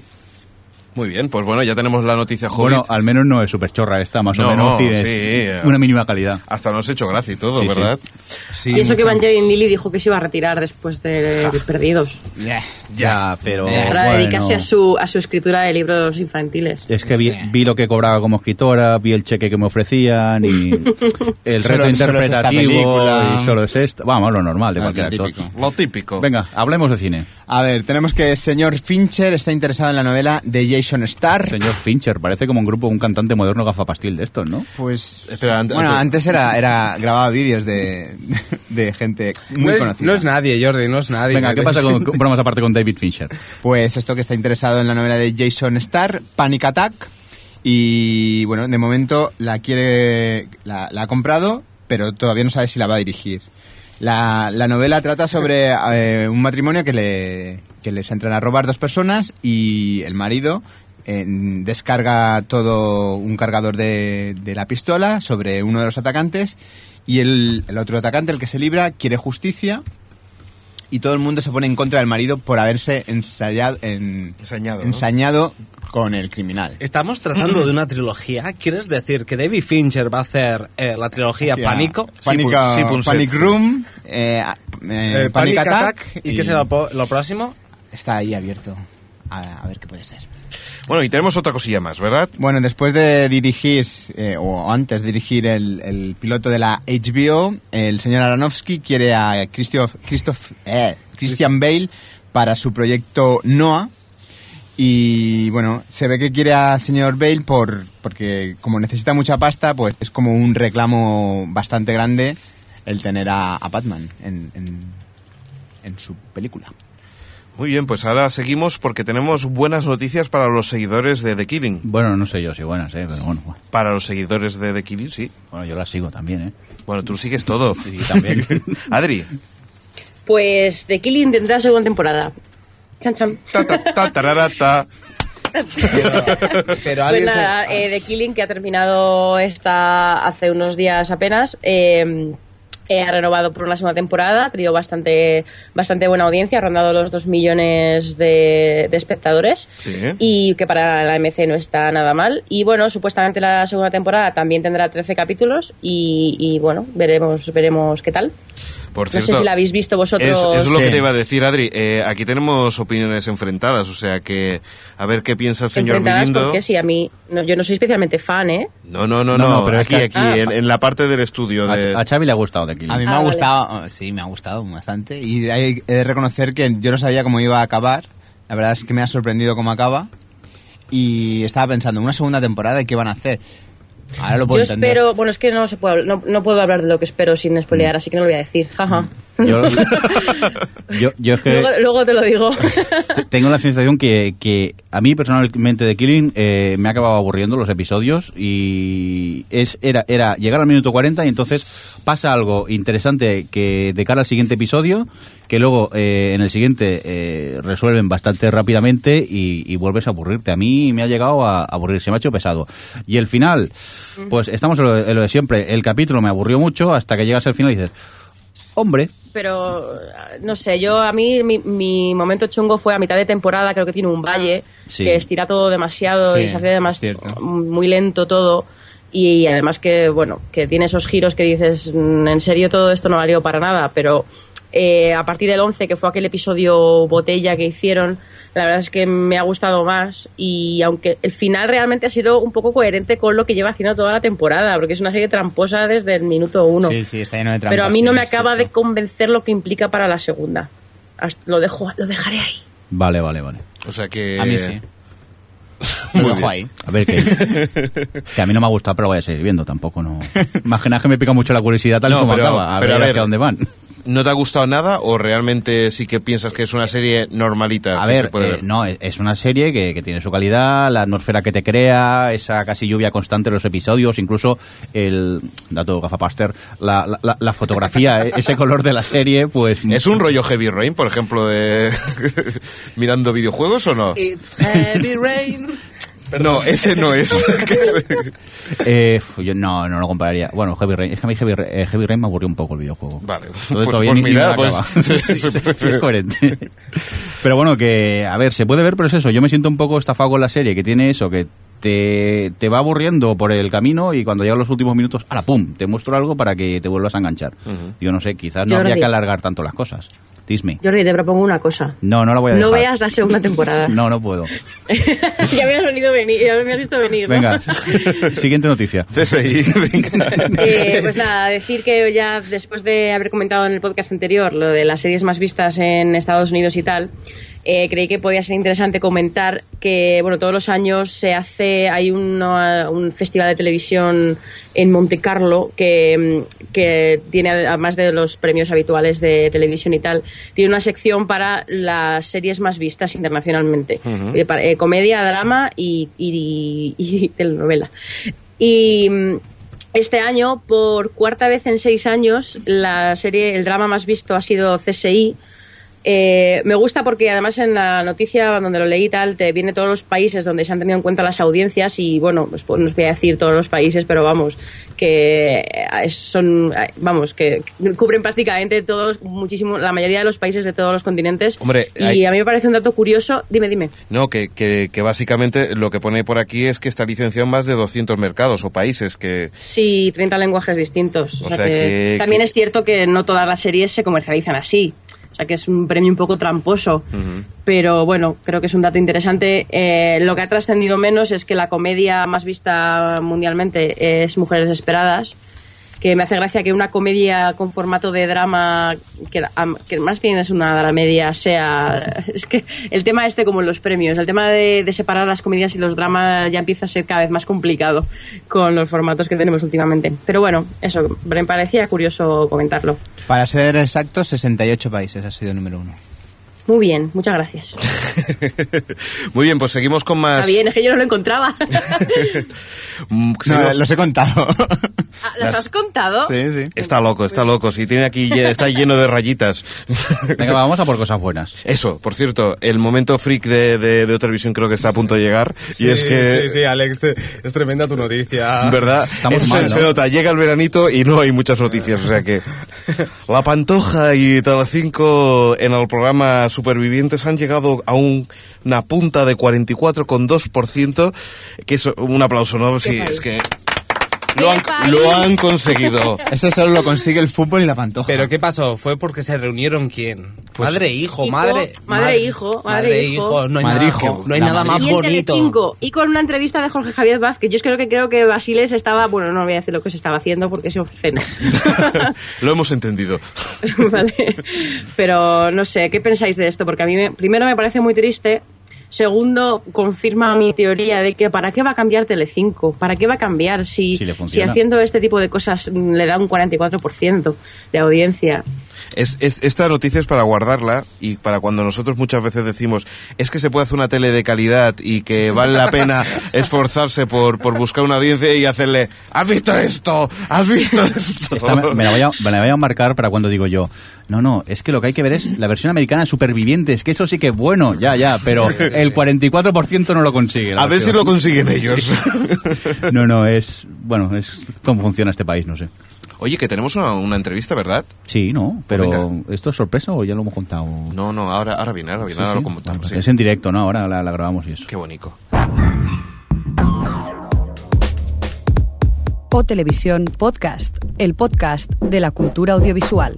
Muy bien, pues bueno, ya tenemos la noticia Hobbit. Bueno, al menos no es súper chorra esta, más No, o menos tiene eh. sí. una mínima calidad. Hasta nos he hecho gracia y todo, Sí, sí. ¿verdad? Sí, y eso que mucho. Evangeline Lilly dijo que se iba a retirar después de, de Perdidos. Bleh. Ya, pero. Para Oh, bueno. dedicarse a su, a su escritura de libros infantiles. Es que vi, vi lo que cobraba como escritora, vi el cheque que me ofrecían y el Solo- reto solo es esta interpretativo película. y solo es esto. Vamos, lo normal de Ah, cualquier lo actor. típico. Lo típico. Venga, hablemos de cine. A ver, tenemos que el señor Fincher está interesado en la novela de Jason Starr. Señor Fincher, parece como un grupo, un cantante moderno gafapastil de estos, ¿no? Pues Espera, antes- bueno, antes- antes era, era grababa vídeos de, de gente muy no, es, conocida. no es nadie, Jordi, no es nadie. Venga, ¿qué pasa con, con bromas aparte con David Fincher? Pues esto que está interesado en la novela de Jason Starr, Panic Attack. Y bueno, de momento la quiere. La, la ha comprado, pero todavía no sabe si la va a dirigir. La, la novela trata sobre eh, un matrimonio que, le, que les entran a robar dos personas y el marido eh, descarga todo un cargador de, de la pistola sobre uno de los atacantes y el, el otro atacante, el que se libra, quiere justicia y todo el mundo se pone en contra del marido por haberse ensayado, en- Ensañado, ¿no? ensañado con el criminal. Estamos tratando de una trilogía. ¿Quieres decir que David Fincher va a hacer eh, la trilogía Hostia, Pánico? Pánico- Sí, pues, sí, pues, Panic sí. Room, eh, a- eh, Eh, Panic Attack, ¿Y, qué será lo, po- lo próximo? Está ahí abierto. A, a ver qué puede ser. Bueno, y tenemos otra cosilla más, ¿verdad? Bueno, después de dirigir, eh, o antes de dirigir el, el piloto de la HBO, el señor Aronofsky quiere a Christoph, Christoph- eh, Christian Bale para su proyecto Noah. Y bueno, se ve que quiere al señor Bale por, porque como necesita mucha pasta, pues es como un reclamo bastante grande el tener a, a Batman en- en- en su película. Muy bien, pues ahora seguimos porque tenemos buenas noticias para los seguidores de The Killing. Bueno, no sé yo si buenas, ¿eh? Pero bueno, bueno. Para los seguidores de The Killing, sí. bueno, yo las sigo también, ¿eh? Bueno, tú sigues todo. Sí, también. Adri. Pues The Killing tendrá segunda temporada. Chan, chan. Ta, ta, ta, tararata. Pero Pues alguien se- nada, eh, The Killing, que ha terminado esta hace unos días apenas, eh, eh, ha renovado por una segunda temporada, ha tenido bastante, bastante buena audiencia, ha rondado los 2 millones de, de espectadores. Sí. Y que para la MC no está nada mal. Y bueno, supuestamente la segunda temporada también tendrá 13 capítulos y, y, bueno, veremos, veremos qué tal. Por No sé cierto, si la habéis visto es, vosotros. es lo Sí. que te iba a decir, Adri. Eh, aquí tenemos opiniones enfrentadas, o sea que a ver qué piensa el señor enfrentadas, Mirindo. porque sí, a mí, no, yo no soy especialmente fan, ¿eh? No, no, no, No, no, no, pero es aquí, que- aquí, en, en la parte del estudio. A, De... Ch- a Xavi le ha gustado de Killing. A mí me Ah, ha vale. gustado, sí, me ha gustado bastante. Y hay- he de reconocer que yo no sabía cómo iba a acabar. La verdad es que me ha sorprendido cómo acaba. Y estaba pensando, una segunda temporada, ¿qué van a hacer? Ahora lo puedo Yo entender. espero, bueno, es que no, se puede, habl- no, no puedo hablar de lo que espero sin spoilear, así que no lo voy a decir. jaja. Mm. Yo, yo, yo es que Luego, luego te lo digo. te- tengo la sensación que, que a mí personalmente de Killing eh, me ha acabado aburriendo los episodios y es era, era llegar al minuto 40 y entonces pasa algo interesante que de cara al siguiente episodio que luego eh, en el siguiente eh, resuelven bastante rápidamente y, y vuelves a aburrirte. A mí me ha llegado a aburrir, se me ha hecho pesado. Y el final, pues estamos en lo, de- en lo de siempre. El capítulo me aburrió mucho hasta que llegas al final y dices, hombre, Pero eh, no sé, yo a mí mi, mi momento chungo fue a mitad de temporada, creo que tiene un valle, Sí. que estira todo demasiado Sí, y se hace además es cierto. muy lento todo. Y además que, bueno, que tiene esos giros que dices, "Mm, en serio todo esto no valió para nada, pero eh, a partir del 11, que fue aquel episodio botella que hicieron, la verdad es que me ha gustado más y aunque el final realmente ha sido un poco coherente con lo que lleva haciendo toda la temporada, porque es una serie tramposa desde el minuto uno. Sí, sí, está lleno de trampas. Pero a mí no sí, me es acaba de cierto. convencer lo que implica para la segunda. Hasta- lo, dejo, lo dejaré ahí. Vale, vale, vale. O sea que... A mí sí. Muy Lo dejo bien. ahí. A ver qué. que a mí no me ha gustado, pero voy a seguir viendo tampoco. no Imagina que me pica mucho la curiosidad tal y No, como pero- acaba. A pero a ver ver. hacia dónde van. ¿No te ha gustado nada o realmente sí que piensas que es una serie normalita? Eh, A que se ver, puede eh, ver? no, es- es una serie que, que tiene su calidad, la atmósfera que te crea, esa casi lluvia constante de los episodios, incluso el dato gafapaster, la, la- la, la fotografía, eh, ese color de la serie, pues... ¿Es un rollo Heavy Rain, por ejemplo, de mirando videojuegos o no? It's heavy rain. No, ese no es. Que se- eh, f- yo no, no lo compararía. Bueno, Heavy Rain, es que a mí Heavy, Ra- eh, Heavy Rain me aburrió un poco el videojuego. Vale, Entonces, pues- todavía pues ni- ni me mira, la pues- acaba. sí, Sí, sí, sí, pues- sí, es coherente. Pero bueno, que, a ver, se puede ver, pero es eso. Yo me siento un poco estafado con la serie, que tiene eso, que te, te va aburriendo por el camino y cuando llegan los últimos minutos, ¡ala, pum! Te muestro algo para que te vuelvas a enganchar. Yo no sé, quizás no Yo habría creo que que- alargar tanto las cosas. Disney. Jordi, te propongo una cosa. No, no la voy a No dejar. veas la segunda temporada. No, no puedo. ya me has venido venir, ya me has visto venir. ¿no? Venga, siguiente noticia. CSI, venga. Eh, pues nada, decir que ya después de haber comentado en el podcast anterior lo de las series más vistas en Estados Unidos y tal, eh, creí que podía ser interesante comentar que, bueno, todos los años se hace, hay una- un festival de televisión en Monte Carlo que, mm, que tiene, además de los premios habituales de televisión y tal, tiene una sección para las series más vistas internacionalmente. Eh, para- eh, comedia, drama y, y- y- y telenovela. Y... mm, este año, por cuarta vez en seis años, la serie, el drama más visto ha sido CSI, Eh, me gusta porque además en la noticia donde lo leí y tal, te viene todos los países donde se han tenido en cuenta las audiencias y bueno, pues, pues, no os voy a decir todos los países, pero vamos, que eh, son, eh, vamos, que cubren prácticamente todos, muchísimo, la mayoría de los países de todos los continentes. Hombre, y hay- a mí me parece un dato curioso. Dime, dime. No, que, que, que básicamente lo que pone por aquí es que está licenciado en más de 200 mercados o países que... Sí, 30 lenguajes distintos. O sea que- también que- es cierto que no todas las series se comercializan así. O sea que es un premio un poco tramposo. Pero bueno, creo que es un dato interesante. Eh, lo que ha trascendido menos es que la comedia más vista mundialmente es Mujeres Desesperadas. Que me hace gracia que una comedia con formato de drama, que, am- que más bien es una dramedia, sea. Es que el tema este, como en los premios, el tema de, de separar las comedias y los dramas ya empieza a ser cada vez más complicado con los formatos que tenemos últimamente. Pero bueno, eso, me parecía curioso comentarlo. Para ser exactos, 68 países ha sido número uno. Muy bien, muchas gracias. Muy bien, pues seguimos con más... Está bien, es que yo no lo encontraba. Mm, No, seguimos- los he contado. Ah, ¿Las Las- has contado? sí, sí. Está loco, está loco. Si tiene aquí, lle- está lleno de rayitas. Venga, vamos a por cosas buenas. Eso, por cierto, el momento freak de, de, de Otelevisión creo que está a punto de llegar. y es que, Sí, sí, Alex, te- es tremenda tu noticia. ¿verdad? Estamos Eso mal, se, ¿no? se nota, llega el veranito y no hay muchas noticias. O sea que La Pantoja y Telecinco en el programa Supervivientes han llegado a un- una punta de 44,2%, que es un aplauso, ¿no? Sí, país. es que lo han, ¡Qué país! lo han conseguido. Eso solo lo consigue el fútbol y la pantoja. ¿Pero qué pasó? ¿Fue porque se reunieron quién? madre, hijo, Hijo, madre, madre, hijo, madre, hijo. No hay Madre, nada, hijo. no hay La nada más Y en bonito. Telecinco, y con una entrevista de Jorge Javier Vázquez. Yo es creo que creo que Basiles estaba, bueno, no voy a decir lo que se estaba haciendo porque se ofende. lo hemos entendido. ¿vale? Pero no sé, ¿qué pensáis de esto? Porque a mí, me- primero, me parece muy triste. Segundo, confirma mi teoría de que ¿para qué va a cambiar Telecinco? ¿Para qué va a cambiar si, Si le si funciona. haciendo este tipo de cosas mm, le da un 44% de audiencia? Es, es- esta noticia es para guardarla y para cuando nosotros muchas veces decimos es que se puede hacer una tele de calidad y que vale la pena esforzarse por, por buscar una audiencia y hacerle ¿Has visto esto? ¿Has visto esto? Esta me, me la voy a, me la voy a marcar para cuando digo yo. No, no, es que lo que hay que ver es la versión americana de Supervivientes, que eso sí que es bueno, ya, ya, pero el 44% no lo consigue. la A ver si versión. lo consiguen ellos. No, no, es. Bueno, es cómo funciona este país, no sé. Oye, que tenemos una, una entrevista, ¿verdad? Sí, no, pero Venga. ¿esto es sorpresa o ya lo hemos contado? No, no, ahora, ahora viene, ahora Sí, viene, sí. ahora lo comentamos. Bueno, pues sí. Es en directo, ¿no? Ahora la, la grabamos y eso. Qué bonito. O Televisión Podcast, el podcast de la cultura audiovisual.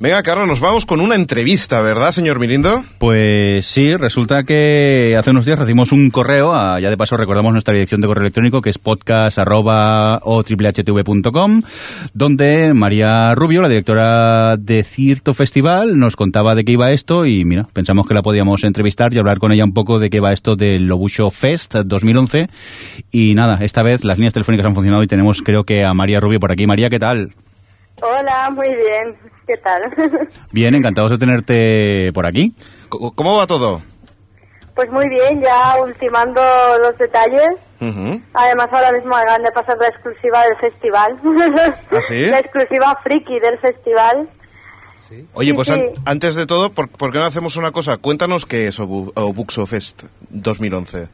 Venga, Carlos, nos vamos con una entrevista, ¿verdad, señor Mirindo? Pues sí, resulta que hace unos días recibimos un correo, ah, ya de paso recordamos nuestra dirección de correo electrónico que es podcast.otriplehtv.com, donde María Rubio, la directora de Cierto Festival, nos contaba de qué iba esto y mira, pensamos que la podíamos entrevistar y hablar con ella un poco de qué va esto del Lobucho Fest 2011. Y nada, esta vez las líneas telefónicas han funcionado y tenemos creo que a María Rubio por aquí. María, ¿qué tal? Hola, muy bien. ¿Qué tal? Bien, encantados de tenerte por aquí. C- ¿Cómo va todo? Pues muy bien, ya ultimando los detalles. Ujú. Además, ahora mismo acaban de pasar la exclusiva del festival. ¿Ah, sí? La exclusiva friki del festival. Oye, Sí, pues sí. an- antes de todo, ¿por, por qué no hacemos una cosa? Cuéntanos qué es Obu- Obuxo Fest 2011.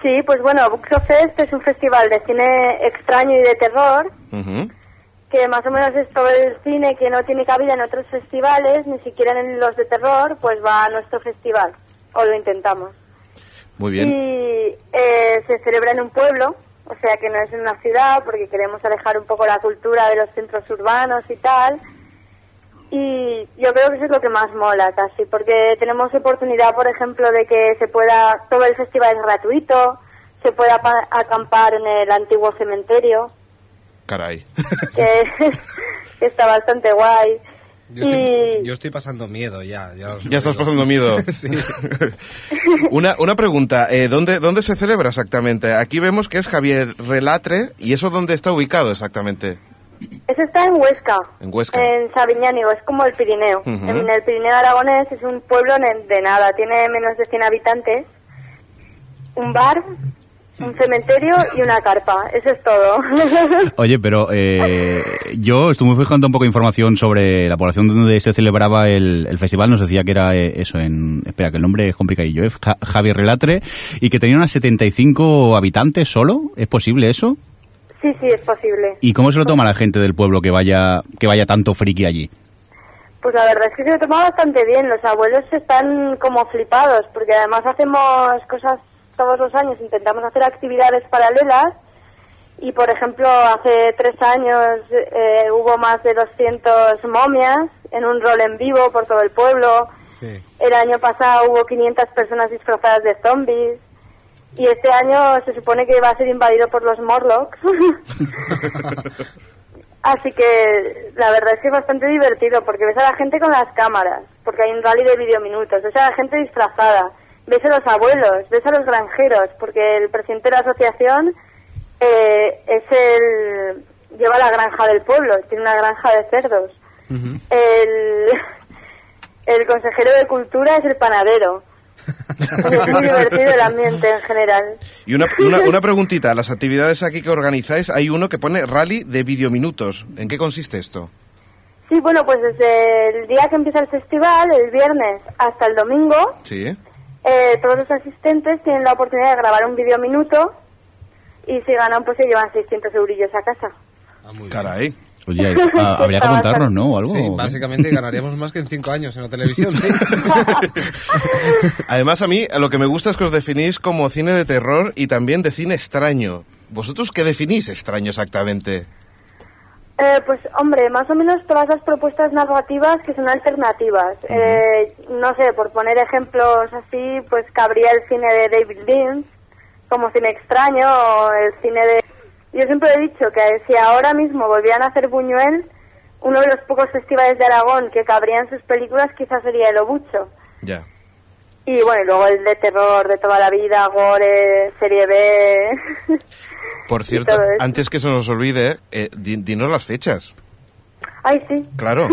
Sí, pues bueno, Buxofest es un festival de cine extraño y de terror, Ujú. que más o menos es todo el cine que no tiene cabida en otros festivales, ni siquiera en los de terror, pues va a nuestro festival, o lo intentamos. Muy bien. Y eh, se celebra en un pueblo, o sea que no es en una ciudad, porque queremos alejar un poco la cultura de los centros urbanos y tal. Y yo creo que eso es lo que más mola casi, porque tenemos oportunidad, por ejemplo, de que se pueda, todo el festival es gratuito, se pueda pa- acampar en el antiguo cementerio, Caray. que, que está bastante guay. Yo estoy, Mm. Y- yo estoy pasando miedo ya. Ya, os lo Ya estás digo. pasando miedo. Sí. Una, una pregunta, eh, ¿dónde, ¿dónde se celebra exactamente? Aquí vemos que es Javier Relatre, ¿y eso dónde está ubicado exactamente? Eso está en Huesca. En Huesca. En Sabiñánigo, es como el Pirineo. Ujú. En el Pirineo aragonés es un pueblo ne- de nada, tiene menos de 100 habitantes, un bar un cementerio y una carpa. Eso es todo. Oye, pero eh, yo estuve fijando un poco de información sobre la población donde se celebraba el, el festival. Nos decía que era eh, eso, en. Espera, que el nombre es complicadillo, ¿eh? Ja- Javier Relatre, y que tenía unas 75 habitantes solo. ¿Es posible eso? sí, sí, es posible. ¿Y cómo se lo toma la gente del pueblo que vaya, que vaya tanto friki allí? Pues la verdad es que se lo toma bastante bien. Los abuelos están como flipados, porque además hacemos cosas todos los años, intentamos hacer actividades paralelas. Y por ejemplo, hace tres años eh, hubo más de 200 momias en un rol en vivo por todo el pueblo. Sí. El año pasado hubo 500 personas disfrazadas de zombies. Y este año se supone que va a ser invadido por los Morlocks. Así que la verdad es que es bastante divertido porque ves a la gente con las cámaras, porque hay un rally de videominutos, ves a la gente disfrazada, ves a los abuelos, ves a los granjeros, porque el presidente de la asociación eh, es el. lleva la granja del pueblo, tiene una granja de cerdos. El. El consejero de cultura es el panadero. Es muy divertido el ambiente en general. Y una, una, una preguntita, las actividades aquí que organizáis, hay uno que pone rally de videominutos. ¿En qué consiste esto? Sí, bueno, pues desde el día que empieza el festival, el viernes, hasta el domingo, Sí, ¿eh? eh, todos los asistentes tienen la oportunidad de grabar un video minuto y si ganan, pues se llevan 600 eurillos a casa. Ah, muy bien. Caray. Oye, a- habría que apuntarnos, ¿no? O algo. Sí, ¿o qué? básicamente ganaríamos más que en cinco años en la televisión, sí. Además, a mí lo que me gusta es que os definís como cine de terror y también de cine extraño. ¿Vosotros qué definís extraño exactamente? Eh, pues hombre, más o menos todas las propuestas narrativas que son alternativas. Eh, no sé, por poner ejemplos así, pues cabría el cine de David Lynch como cine extraño o el cine de... Yo siempre he dicho que si ahora mismo volvieran a hacer Buñuel, uno de los pocos festivales de Aragón que cabrían sus películas quizás sería El Obucho. Ya. Y bueno, y luego el de terror de toda la vida, gore, serie B. Por Y cierto, todo eso. antes que se nos olvide, eh, di- dinos las fechas. Ay, sí. Claro.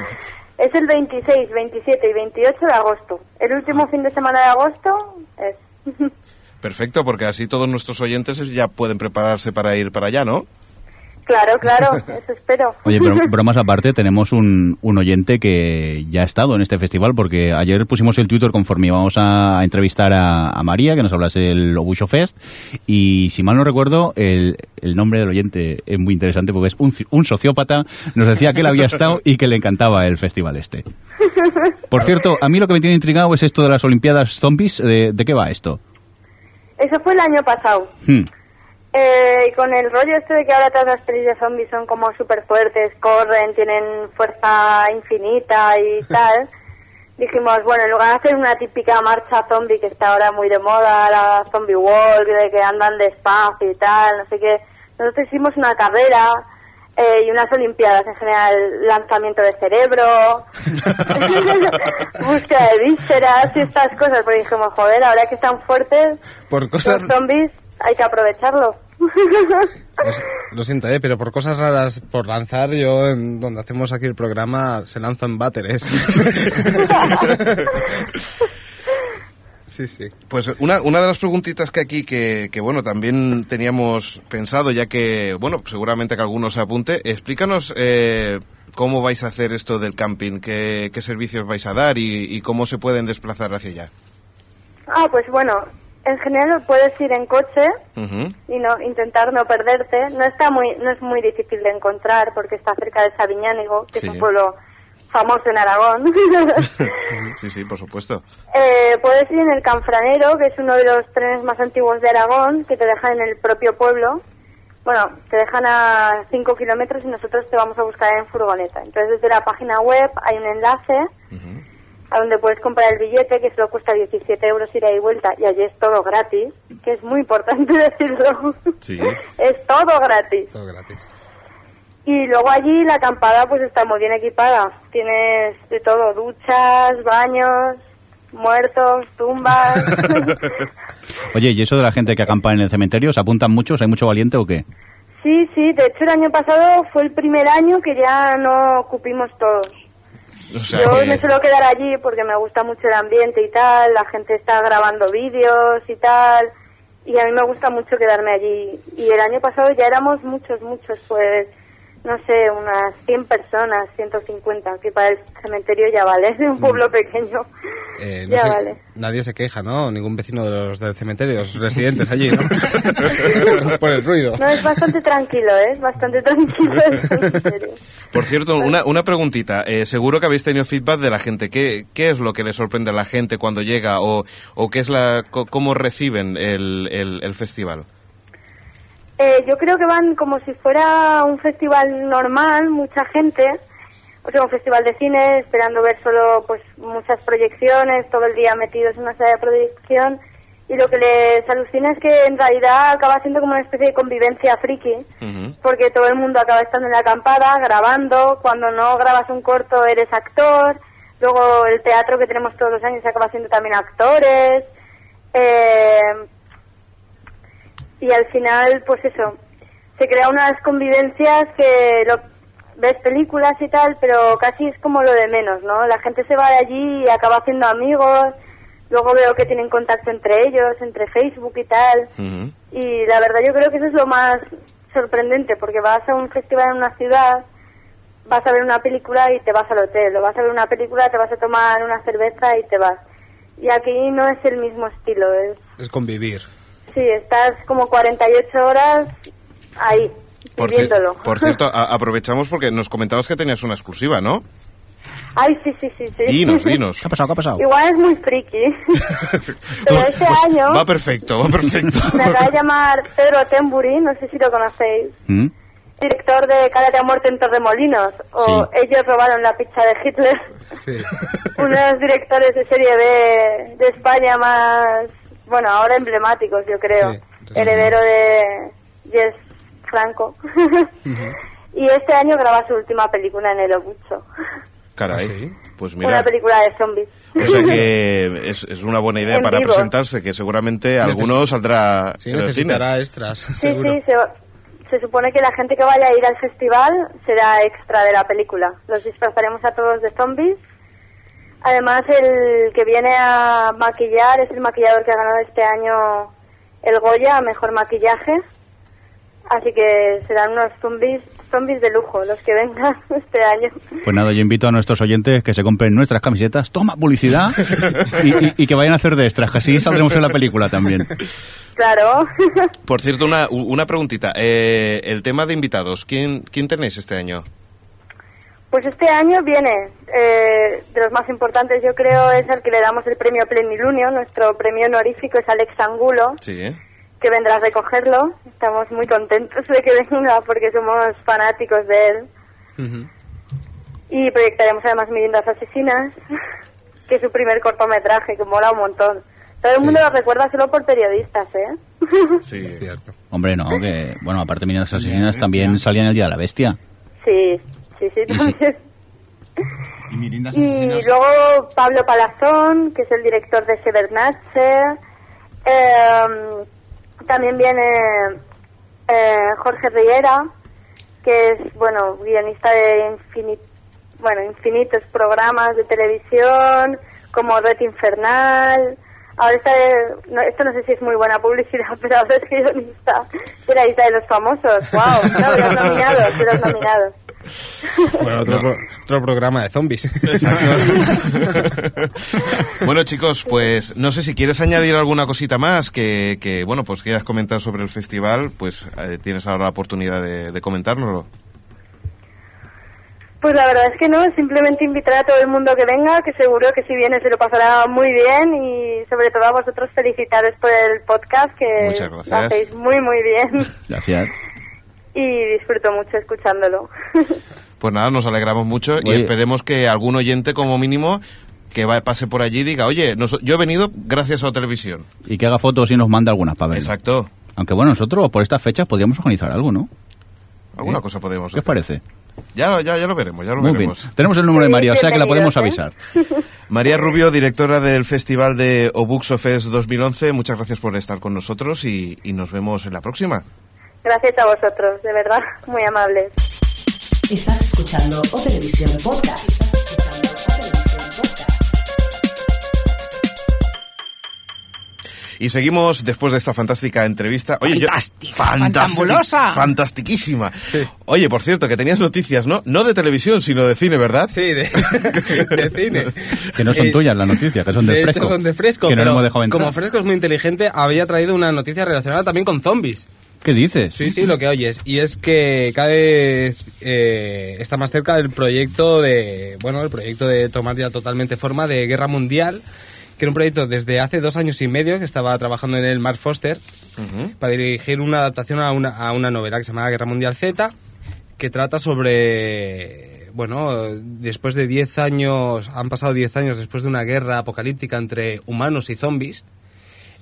es el 26, 27 y 28 de agosto. El último fin de semana de agosto es. Perfecto, porque así todos nuestros oyentes ya pueden prepararse para ir para allá, ¿no? claro, claro, eso espero. Oye, pero bromas aparte, tenemos un, un oyente que ya ha estado en este festival, porque ayer pusimos el Twitter conforme íbamos a, a entrevistar a, a María, que nos hablase del Obucho Fest, y si mal no recuerdo, el, el nombre del oyente es muy interesante, porque es un, ci- un sociópata, nos decía que él había estado y que le encantaba el festival este. Por cierto, a mí lo que me tiene intrigado es esto de las Olimpiadas Zombies, ¿de, de qué va esto? Eso fue el año pasado. Hmm. Eh, y con el rollo este de que ahora todas las pelis de zombies son como súper fuertes, corren, tienen fuerza infinita y tal, dijimos, bueno, en lugar de hacer una típica marcha zombie que está ahora muy de moda, la zombie walk, de que andan despacio y tal, no sé qué, nosotros hicimos una carrera eh, y unas olimpiadas en general, lanzamiento de cerebro, búsqueda de vísceras y estas cosas, porque dijimos, joder, ahora que están fuertes, Por cosas... los zombies hay que aprovecharlo. Lo, si- lo siento, eh, pero por cosas raras, por lanzar, yo, en donde hacemos aquí el programa, se lanzan váteres. sí, sí. Pues una, una de las preguntitas que aquí, que, que, bueno, también teníamos pensado, ya que, bueno, seguramente que alguno se apunte, explícanos eh, cómo vais a hacer esto del camping, qué, qué servicios vais a dar y, y cómo se pueden desplazar hacia allá. ah, pues bueno, en general puedes ir en coche Ujú. y no intentar no perderte. No está muy no es muy difícil de encontrar porque está cerca de Sabiñánigo, que Sí. es un pueblo famoso en Aragón. Sí, sí, por supuesto. Eh, puedes ir en el Canfranero, que es uno de los trenes más antiguos de Aragón, que te dejan en el propio pueblo. Bueno, te dejan a 5 kilómetros y nosotros te vamos a buscar en furgoneta. Entonces, desde la página web hay un enlace a donde puedes comprar el billete, que solo cuesta 17 euros ida y vuelta, y allí es todo gratis, que es muy importante decirlo. Sí. es todo gratis. Todo gratis. Y luego allí la acampada pues está muy bien equipada. Tienes de todo, duchas, baños, muertos, tumbas. Oye, ¿y eso de la gente que acampa en el cementerio, se apuntan muchos? ¿Hay mucho valiente o qué? sí, sí, de hecho el año pasado fue el primer año que ya no ocupimos todos. O sea Yo que- me suelo quedar allí porque me gusta mucho el ambiente y tal, la gente está grabando vídeos y tal, y a mí me gusta mucho quedarme allí. Y el año pasado ya éramos muchos, muchos, pues no sé, unas 100 personas, 150, que para el cementerio ya vale, de un pueblo pequeño. Eh, no ya sé- vale. Nadie se queja, ¿no? Ningún vecino de los del cementerio, los residentes allí, ¿no? por, por el ruido. No, es bastante tranquilo, ¿eh? Es bastante tranquilo el cementerio. Por cierto, una, una preguntita. Eh, seguro que habéis tenido feedback de la gente. ¿Qué, qué es lo que le sorprende a la gente cuando llega o, o qué es la, co- cómo reciben el, el- el festival? Eh, yo creo que van como si fuera un festival normal, mucha gente, o sea, un festival de cine, esperando ver solo pues muchas proyecciones, todo el día metidos en una sala de proyección. Y lo que les alucina es que en realidad acaba siendo como una especie de convivencia friki, Ujú. porque todo el mundo acaba estando en la acampada, grabando, cuando no grabas un corto eres actor, luego el teatro que tenemos todos los años acaba siendo también actores, eh, y al final, pues eso, se crea unas convivencias que lo, ves películas y tal, pero casi es como lo de menos, ¿no? La gente se va de allí y acaba haciendo amigos, luego veo que tienen contacto entre ellos, entre Facebook y tal, Ujú. y la verdad yo creo que eso es lo más sorprendente, porque vas a un festival en una ciudad, vas a ver una película y te vas al hotel, o vas a ver una película, te vas a tomar una cerveza y te vas. Y aquí no es el mismo estilo, es Es convivir. Sí, estás como 48 horas ahí, Por, cier- viéndolo. por cierto, a- aprovechamos porque nos comentabas que tenías una exclusiva, ¿no? Ay, sí, sí, sí, sí. Dinos, dinos. ¿Qué ha pasado? ¿Qué ha pasado? Igual es muy friki. Pero Pues- este pues año Va perfecto, va perfecto. me acaba de llamar Pedro Temburi, no sé si lo conocéis, ¿Mm? director de Cállate a muerte en Torremolinos, o Sí. Ellos robaron la pizza de Hitler, Sí. uno de los directores de serie B de España más, bueno, ahora emblemáticos, yo creo. Sí, entonces- Heredero de Jess Franco. Y este año graba su última película en el Obucho. Caray, ¿Ah, sí? pues Una mira. película de zombies. O sea que es, es una buena idea En para vivo. presentarse, que seguramente Neces- alguno saldrá Sí, en el cine. necesitará extras, sí, seguro. sí, se, se supone que la gente que vaya a ir al festival será extra de la película. Los disfrazaremos a todos de zombies. Además, el que viene a maquillar es el maquillador que ha ganado este año el Goya, a mejor maquillaje. Así que serán unos zombies, zombies de lujo los que vengan este año. Pues nada, yo invito a nuestros oyentes que se compren nuestras camisetas, toma publicidad y, y- y que vayan a hacer de extras, que así saldremos en la película también. Claro. Por cierto, una, u- una preguntita. Eh, el tema de invitados, ¿quién, ¿quién tenéis este año? Pues este año viene, eh, de los más importantes yo creo, es al que le damos el premio Plenilunio, nuestro premio honorífico es Alex Angulo, Sí, ¿eh? que vendrá a recogerlo, estamos muy contentos de que venga porque somos fanáticos de él Ujú. y proyectaremos además Mirindas Asesinas, que es su primer cortometraje, que mola un montón. Todo el Sí. mundo lo recuerda solo por periodistas, ¿eh? Sí. Es cierto. Hombre, no, que, bueno, aparte de las asesinas también salían el Día de la Bestia. sí, sí, sí, Y sí. también. Y Mirindas Y Asesinos. luego Pablo Palazón, que es el director de Severnache. Eh, también viene eh, Jorge Riera, que es, bueno, guionista de infini- bueno, infinitos programas de televisión, como Red Infernal. Ahora está, de- no, esto no sé si es muy buena publicidad, pero ahora es guionista de la isla de los famosos. ¡Wow! No, de los nominados, de los nominados. Bueno, otro, pro- otro programa de zombies. bueno, chicos, pues no sé si quieres añadir alguna cosita más que, que, bueno, pues quieras comentar sobre el festival, pues eh, tienes ahora la oportunidad de, de comentárnoslo. Pues la verdad es que no, simplemente invitar a todo el mundo que venga, que seguro que si viene se lo pasará muy bien y sobre todo a vosotros felicitaros por el podcast que Muchas gracias. lo hacéis muy muy bien Gracias. y disfruto mucho escuchándolo. Pues nada, nos alegramos mucho y Oye. esperemos que algún oyente, como mínimo, que va, pase por allí y diga, oye, nos- yo he venido gracias a la televisión. Y que haga fotos y nos manda algunas para ver. Exacto. Aunque bueno, nosotros por estas fechas podríamos organizar algo, ¿no? Alguna ¿Eh? cosa podemos ¿Qué hacer. os parece? Ya, lo- ya, ya lo veremos, ya lo Muy bien. veremos. Tenemos el número de María, o sea que la podemos Bienvenidos, ¿eh? avisar. María Rubio, directora del Festival de Obuxofest 2011, muchas gracias por estar con nosotros y, y nos vemos en la próxima. Gracias a vosotros, de verdad, muy amables. Estás escuchando O Televisión Podcast. Estás escuchando O Televisión Podcast. Y seguimos después de esta fantástica entrevista. Oye, yo- Fantástica, Fantástica, fantambulosa. Fantastiquísima. Oye, por cierto, que tenías noticias, ¿no? No de televisión, sino de cine, ¿verdad? Sí, de, de cine. Que no son Eh, tuyas las noticias, que son de, de fresco. hecho son de fresco, Que no pero nos hemos dejado entrar. como fresco es muy inteligente, había traído una noticia relacionada también con zombies. ¿Qué dices? Sí, sí, lo que oyes. Y es que cada vez eh, está más cerca del proyecto de, bueno, el proyecto de tomar ya totalmente forma de Guerra Mundial, que era un proyecto desde hace dos años y medio que estaba trabajando en el Mark Foster para dirigir una adaptación a una, a una novela que se llama Guerra Mundial Z, que trata sobre, bueno, después de 10 años, han pasado 10 años después de una guerra apocalíptica entre humanos y zombies,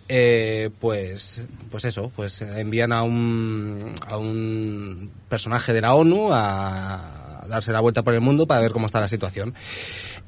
eh, pues, pues eso, pues eh, envían a un, a un personaje de la ONU a darse la vuelta por el mundo para ver cómo está la situación.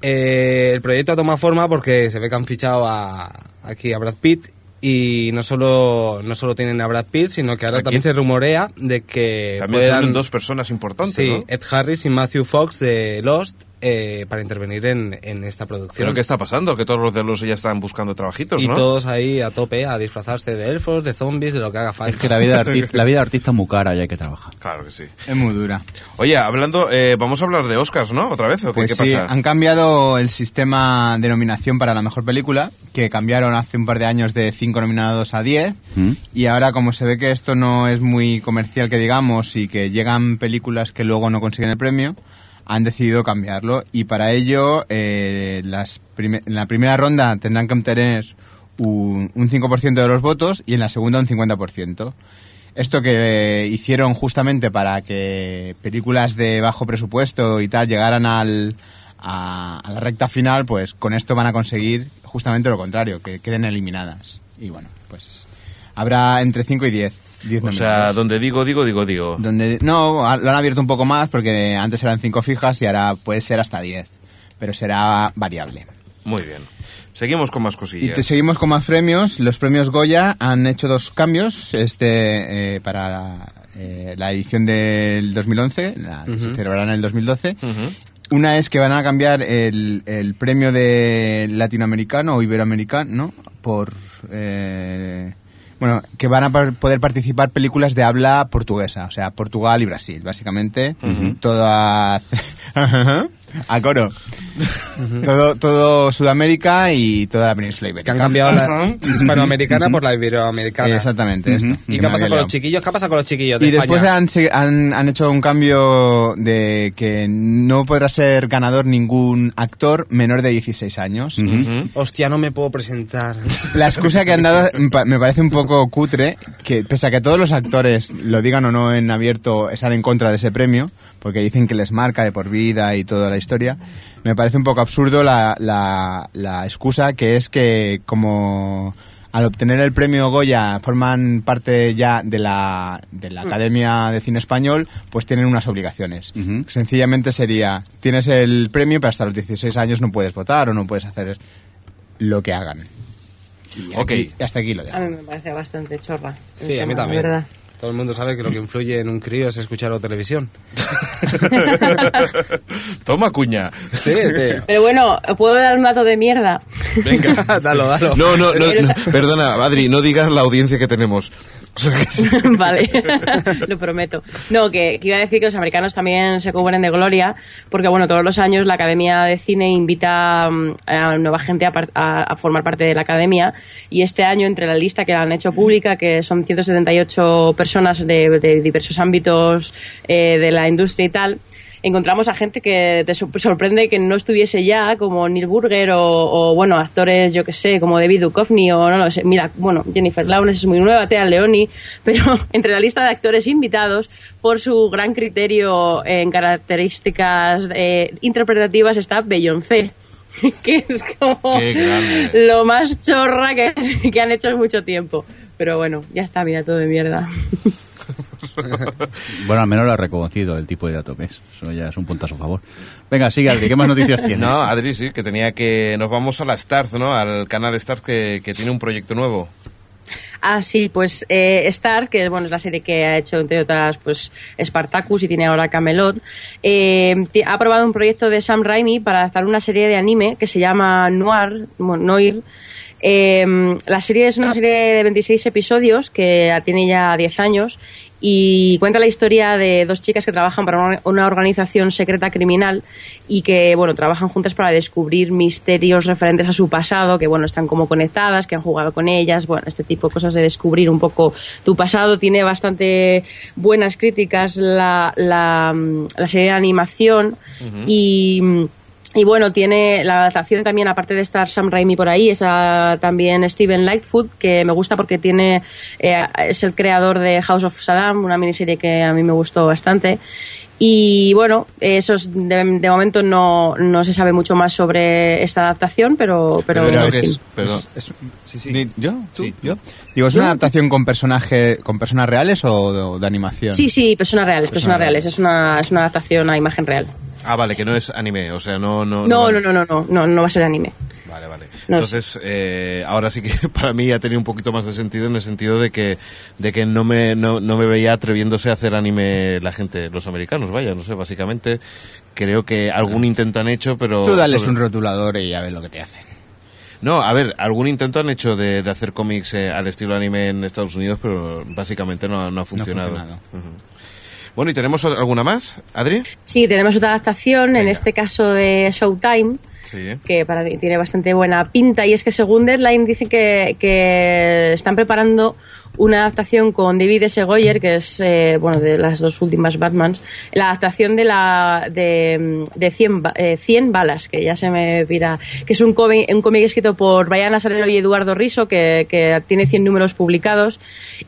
Eh, el proyecto ha tomado forma porque se ve que han fichado a, aquí a Brad Pitt y no solo, no solo tienen a Brad Pitt, sino que ahora Aquí. también se rumorea de que También puedan- salen dos personas importantes, pues, um, Sí, eh, ¿no? Ed Harris y Matthew Fox de Lost eh, para intervenir en, en esta producción. Creo que está pasando, que todos los de los ya están buscando trabajitos, y ¿no? todos ahí a tope a disfrazarse de elfos, de zombies, de lo que haga falta. Es que la vida, de arti- la vida de artista es muy cara y hay que trabajar. Claro que sí. Es muy dura. Oye, hablando, eh, vamos a hablar de Oscars, ¿no? ¿Otra vez? ¿O qué, Pues qué sí, pasa? han cambiado el sistema de nominación para la mejor película, que cambiaron hace un par de años de 5 nominados a 10, ¿Mm? y ahora como se ve que esto no es muy comercial que digamos y que llegan películas que luego no consiguen el premio, han decidido cambiarlo y para ello eh, las prime- en la primera ronda tendrán que obtener un, un 5% de los votos y en la segunda un 50%. Esto que eh, hicieron justamente para que películas de bajo presupuesto y tal llegaran al, a, a la recta final, pues con esto van a conseguir justamente lo contrario, que queden eliminadas. Y bueno, pues habrá entre 5 y 10. 10 O sea, donde digo, digo, digo, digo. donde no, a- lo han abierto un poco más porque antes eran 5 fijas y ahora puede ser hasta 10, pero será variable. Muy bien. Seguimos con más Y cosillas. te seguimos con más premios. Los premios Goya han hecho dos cambios este eh, para la, eh, la edición del 2011, la que se celebrará en el 2012. Ujú. Una es que van a cambiar el, el premio de latinoamericano o iberoamericano por... eh, bueno, que van a par- poder participar películas de habla portuguesa, o sea, Portugal y Brasil, básicamente. Toda... a coro. todo, todo Sudamérica y toda la península Que ibérica. han cambiado la hispanoamericana por la iberoamericana. Exactamente, esto. ¿Y Que qué me ha pasado había con los liado. chiquillos? ¿Qué ha pasado con los chiquillos de Y después España? han, se- han, han hecho un cambio de que no podrá ser ganador ningún actor menor de 16 años. Ujú. Hostia, no me puedo presentar. La excusa que han dado me pa- me parece un poco cutre, que pese a que todos los actores, lo digan o no en abierto, están en contra de ese premio, porque dicen que les marca de por vida y toda la historia, me parece un poco absurdo la, la- la excusa que es que como al obtener el premio Goya forman parte ya de la, de la Academia de Cine Español, pues tienen unas obligaciones. Ujú. Sencillamente sería, tienes el premio, pero hasta los 16 años no puedes votar o no puedes hacer lo que hagan. Y Ok. aquí- hasta aquí lo A dejo. mí me parece bastante chorra. el Sí, a mí tema, la también. verdad. Todo el mundo sabe que lo que influye en un crío es escuchar la televisión. Toma cuña. Sí, tío. Pero bueno, ¿puedo dar un dato de mierda? Venga. dalo, dalo. No, no, no, Pero, o no. sea- Perdona, Adri, no digas la audiencia que tenemos. O sea, que sí. vale, lo prometo. No, que, que iba a decir que los americanos también se cubren de gloria, porque bueno, todos los años la Academia de Cine invita mm, a nueva gente a, par- a- a formar parte de la Academia, y este año entre la lista que han hecho pública, que son 178 personas de, de diversos ámbitos eh, de la industria y tal, encontramos a gente que te sor- sorprende que no estuviese ya, como Neil Burger o, o, bueno, actores, yo que sé, como David Duchovny o no lo sé. Mira, bueno, Jennifer Lawrence es muy nueva, Tea Leoni, pero entre la lista de actores invitados, por su gran criterio en características eh, interpretativas, está Beyoncé. Que es como Qué grande. lo más chorra que, que han hecho en mucho tiempo. Pero bueno, ya está, mira todo de mierda. Bueno, al menos lo ha reconocido el tipo de dato que es. Eso ya es un punto a su favor. Venga, sigue, Adri, ¿qué más noticias tienes? No, Adri, sí, que tenía que... Nos vamos a la Starz, ¿no? Al canal Starz que, que tiene un proyecto nuevo. Ah, sí, pues eh, Star, que bueno, es la serie que ha hecho, entre otras, pues Spartacus y tiene ahora Camelot, eh, ti- ha aprobado un proyecto de Sam Raimi para adaptar una serie de anime que se llama Noir, bueno, Noir Eh, la serie es una serie de 26 episodios que tiene ya 10 años y cuenta la historia de dos chicas que trabajan para una- una organización secreta criminal y que, bueno, trabajan juntas para descubrir misterios referentes a su pasado, que, bueno, están como conectadas, que han jugado con ellas, bueno, este tipo de cosas de descubrir un poco tu pasado. Tiene bastante buenas críticas la, la, mm, la serie de animación y... mm, y bueno, tiene la adaptación también, aparte de estar Sam Raimi por ahí, está también Steven Lightfoot, que me gusta porque tiene eh, es el creador de House of Saddam, una miniserie que a mí me gustó bastante. Y bueno, eso es- de, de momento no, no se sabe mucho más sobre esta adaptación, pero... pero, Pero Creo esto que sí. es, Perdón. es- es- Sí, Ni- ¿Yo? ¿Tú? Sí. ¿Yo? Digo, ¿es una adaptación con personaje, con personas reales o de, o de animación? Sí, sí, personas reales, personas reales. Es una, es una adaptación a imagen real. Ah, vale, que no es anime, o sea, no... No, No, no, no, no, no, no, no va a ser anime. Vale, vale. No Entonces, eh, ahora sí que para mí ha tenido un poquito más de sentido en el sentido de que, de que no, me, no, no me veía atreviéndose a hacer anime la gente, los americanos, vaya, no sé, básicamente creo que algún intento han hecho, pero... Tú dales sobre- un rotulador y a ver lo que te hacen. No, a ver, algún intento han hecho de, de hacer cómics eh, al estilo anime en Estados Unidos, pero básicamente no, no ha funcionado. funcionado. Ujú. Bueno, ¿y tenemos o- alguna más, Adri? Sí, tenemos otra adaptación, en Venga. este caso de Showtime. Sí. que para mí tiene bastante buena pinta y es que según Deadline dice que, que están preparando una adaptación con David S. Goyer, que es eh, bueno de las dos últimas Batmans, la adaptación de la de, mm, de 100, ba- eh, 100 balas, que ya se me pira, que es un cómic, un cómic escrito por Brian Azarelo y Eduardo Riso, que, que tiene 100 números publicados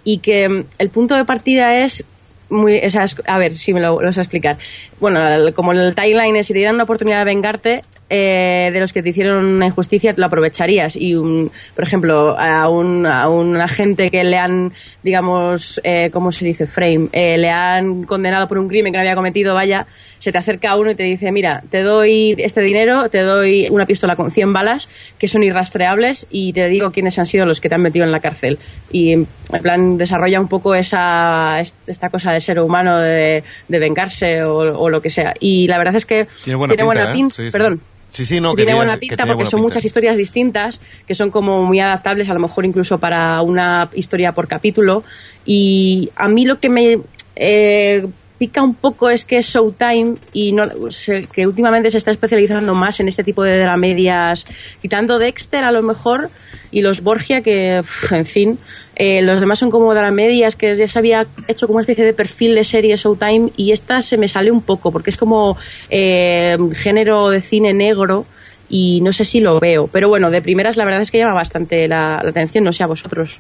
y que mm, el punto de partida es muy, o sea, es- a ver si me lo, lo vas a explicar. Bueno, el- como el tagline es, si te dieran una oportunidad de vengarte eh, de los que te hicieron una injusticia, lo aprovecharías. Y, un, por ejemplo, a un, a un agente que le han, digamos, eh, ¿cómo se dice? Frame, eh, le han condenado por un crimen que no había cometido, vaya, se te acerca uno y te dice, mira, te doy este dinero, te doy una pistola con 100 balas, que son irrastreables, y te digo quiénes han sido los que te han metido en la cárcel. Y en plan desarrolla un poco esa est- esta cosa de ser humano, de, de vengarse o, o lo que sea. Y la verdad es que Tiene buena pinta, ¿eh? pin- Sí, sí. Perdón. Sí, sí, no, que que tiene tiene- buena que pinta tiene porque buena son pinta. muchas historias distintas que son como muy adaptables, a lo mejor incluso para una historia por capítulo. Y a mí lo que me eh, pica un poco es que es Showtime y no, se- que últimamente se está especializando más en este tipo de dramedias, quitando Dexter a lo mejor y los Borgia, que pf, en fin. eh, los demás son como dramedias que ya se había hecho como una especie de perfil de serie Showtime y esta se me sale un poco porque es como eh, género de cine negro y no sé si lo veo. Pero bueno, de primeras la verdad es que llama bastante la, la atención, no sé a vosotros.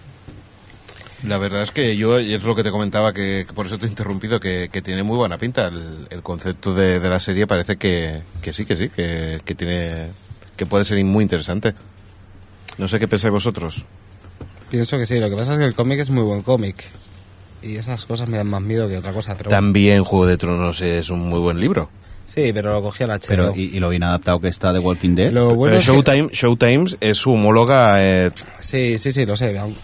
La verdad es que yo, y es lo que te comentaba, que, que por eso te he interrumpido, que, que tiene muy buena pinta el, el concepto de, de la serie, parece que, que sí, que sí, que, que tiene que puede ser muy interesante. No sé qué pensáis vosotros. Pienso que sí, lo que pasa es que el cómic es muy buen cómic. Y esas cosas me dan más miedo que otra cosa, pero... También Juego de Tronos es un muy buen libro. Sí, pero lo cogí a la chela. Pero, y, y lo bien adaptado que está de Walking Dead. Lo bueno Pero es que- Showtime, Showtime es su homóloga. eh, Sí, sí, sí, lo sé. aún-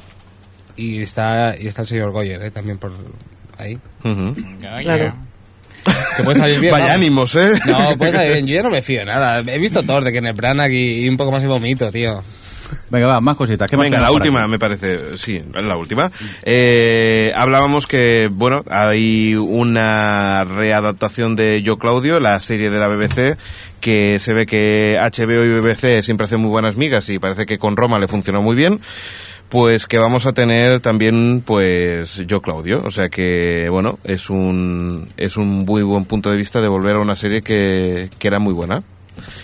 Y está, y está el señor Goyer, ¿eh? también por ahí. ujú. Ah, Claro. Que puede salir bien. Vaya vamos. ánimos, ¿eh? No, puede salir bien. Yo ya no me fío de nada. He visto Thor de Kenneth Branagh y, y un poco más y vomito, tío. Venga, va, más cositas. ¿Qué más Venga, tenemos la para última, ti? me parece. Sí, la última. Eh, hablábamos que, bueno, hay una readaptación de Yo Claudio, la serie de la BBC, que se ve que HBO y BBC siempre hacen muy buenas migas y parece que con Roma le funcionó muy bien. Pues que vamos a tener también, pues, Yo Claudio. O sea que, bueno, es un, es un muy buen punto de vista de volver a una serie que, que era muy buena.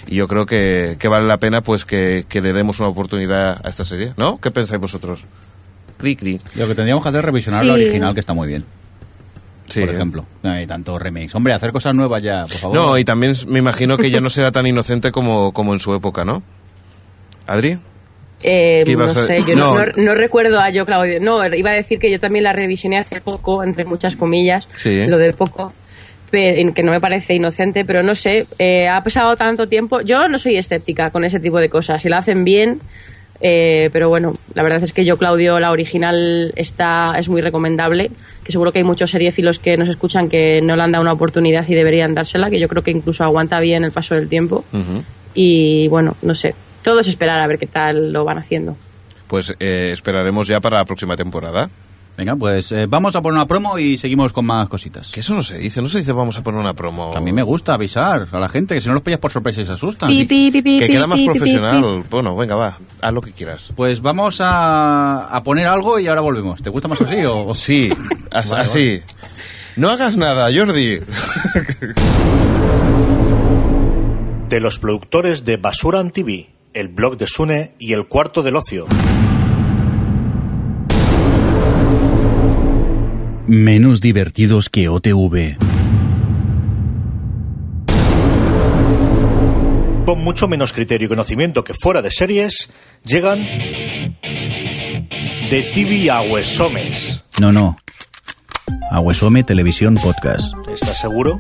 Y yo creo que, que vale la pena pues que, que le demos una oportunidad a esta serie, ¿no? ¿Qué pensáis vosotros? Cri, cri. Lo que tendríamos que hacer es revisionar Sí. la original, que está muy bien. Sí. Por ejemplo. No hay tanto remix. Hombre, hacer cosas nuevas ya, por favor. No, y también s- me imagino que ya no será tan inocente como, como en su época, ¿no? ¿Adri? Eh, ¿Qué no ibas a- sé, yo no. No. no- no recuerdo a yo, Claudio. No, iba a decir que yo también la revisioné hace poco, entre muchas comillas, Sí. lo de poco, pero, que no me parece inocente, pero no sé, eh, ha pasado tanto tiempo. Yo no soy escéptica con ese tipo de cosas, si la hacen bien, eh, pero bueno, la verdad es que yo, Claudio, la original está, es muy recomendable, que seguro que hay muchos seriéfilos que nos escuchan que no le han dado una oportunidad y deberían dársela, que yo creo que incluso aguanta bien el paso del tiempo. Ujú. Y bueno, no sé. Todo es esperar a ver qué tal lo van haciendo. pues eh, esperaremos ya para la próxima temporada. Venga, pues eh, vamos a poner una promo y seguimos con más cositas. Que eso no se dice, no se dice vamos a poner una promo. A mí me gusta avisar a la gente que si no los pillas por sorpresa y se asustan. Pi, pi, pi, pi, Que pi, queda más pi, pi, pi, profesional. Bueno, venga, va, haz lo que quieras. Pues vamos a, a poner algo y ahora volvemos. ¿Te gusta más así o...? Sí, as- así. No hagas nada, Jordi. de los productores de Basura en TV, el blog de Sune y el cuarto del ocio. Menos divertidos que OTV. Con mucho menos criterio y conocimiento que fuera de series, llegan de TV a Huesomes. No, no. Aguesome Televisión Podcast. ¿Estás seguro?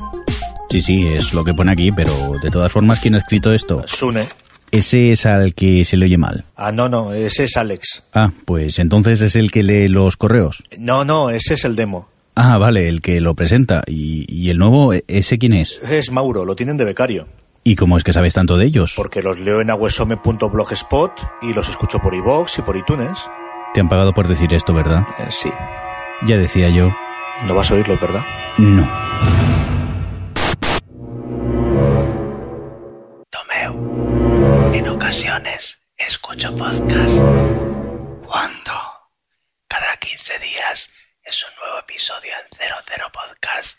Sí, sí, es lo que pone aquí, pero de todas formas, ¿quién ha escrito esto? Sune. Ese es al que se le oye mal. Ah, no, no, ese es Alex. Ah, pues entonces es el que lee los correos. No, no, ese es el demo. Ah, vale, el que lo presenta. ¿Y, y el nuevo, e- ese quién es? Es Mauro, lo tienen de becario. ¿Y cómo es que sabes tanto de ellos? Porque los leo en aguesome.blogspot y los escucho por iBox y por iTunes. Te han pagado por decir esto, ¿verdad? Eh, sí, Ya decía yo, no vas a oírlos, ¿verdad? no. Tomeu. En ocasiones escucho podcast. ¿Cuándo? Cada 15 días es un nuevo episodio en 00 Podcast.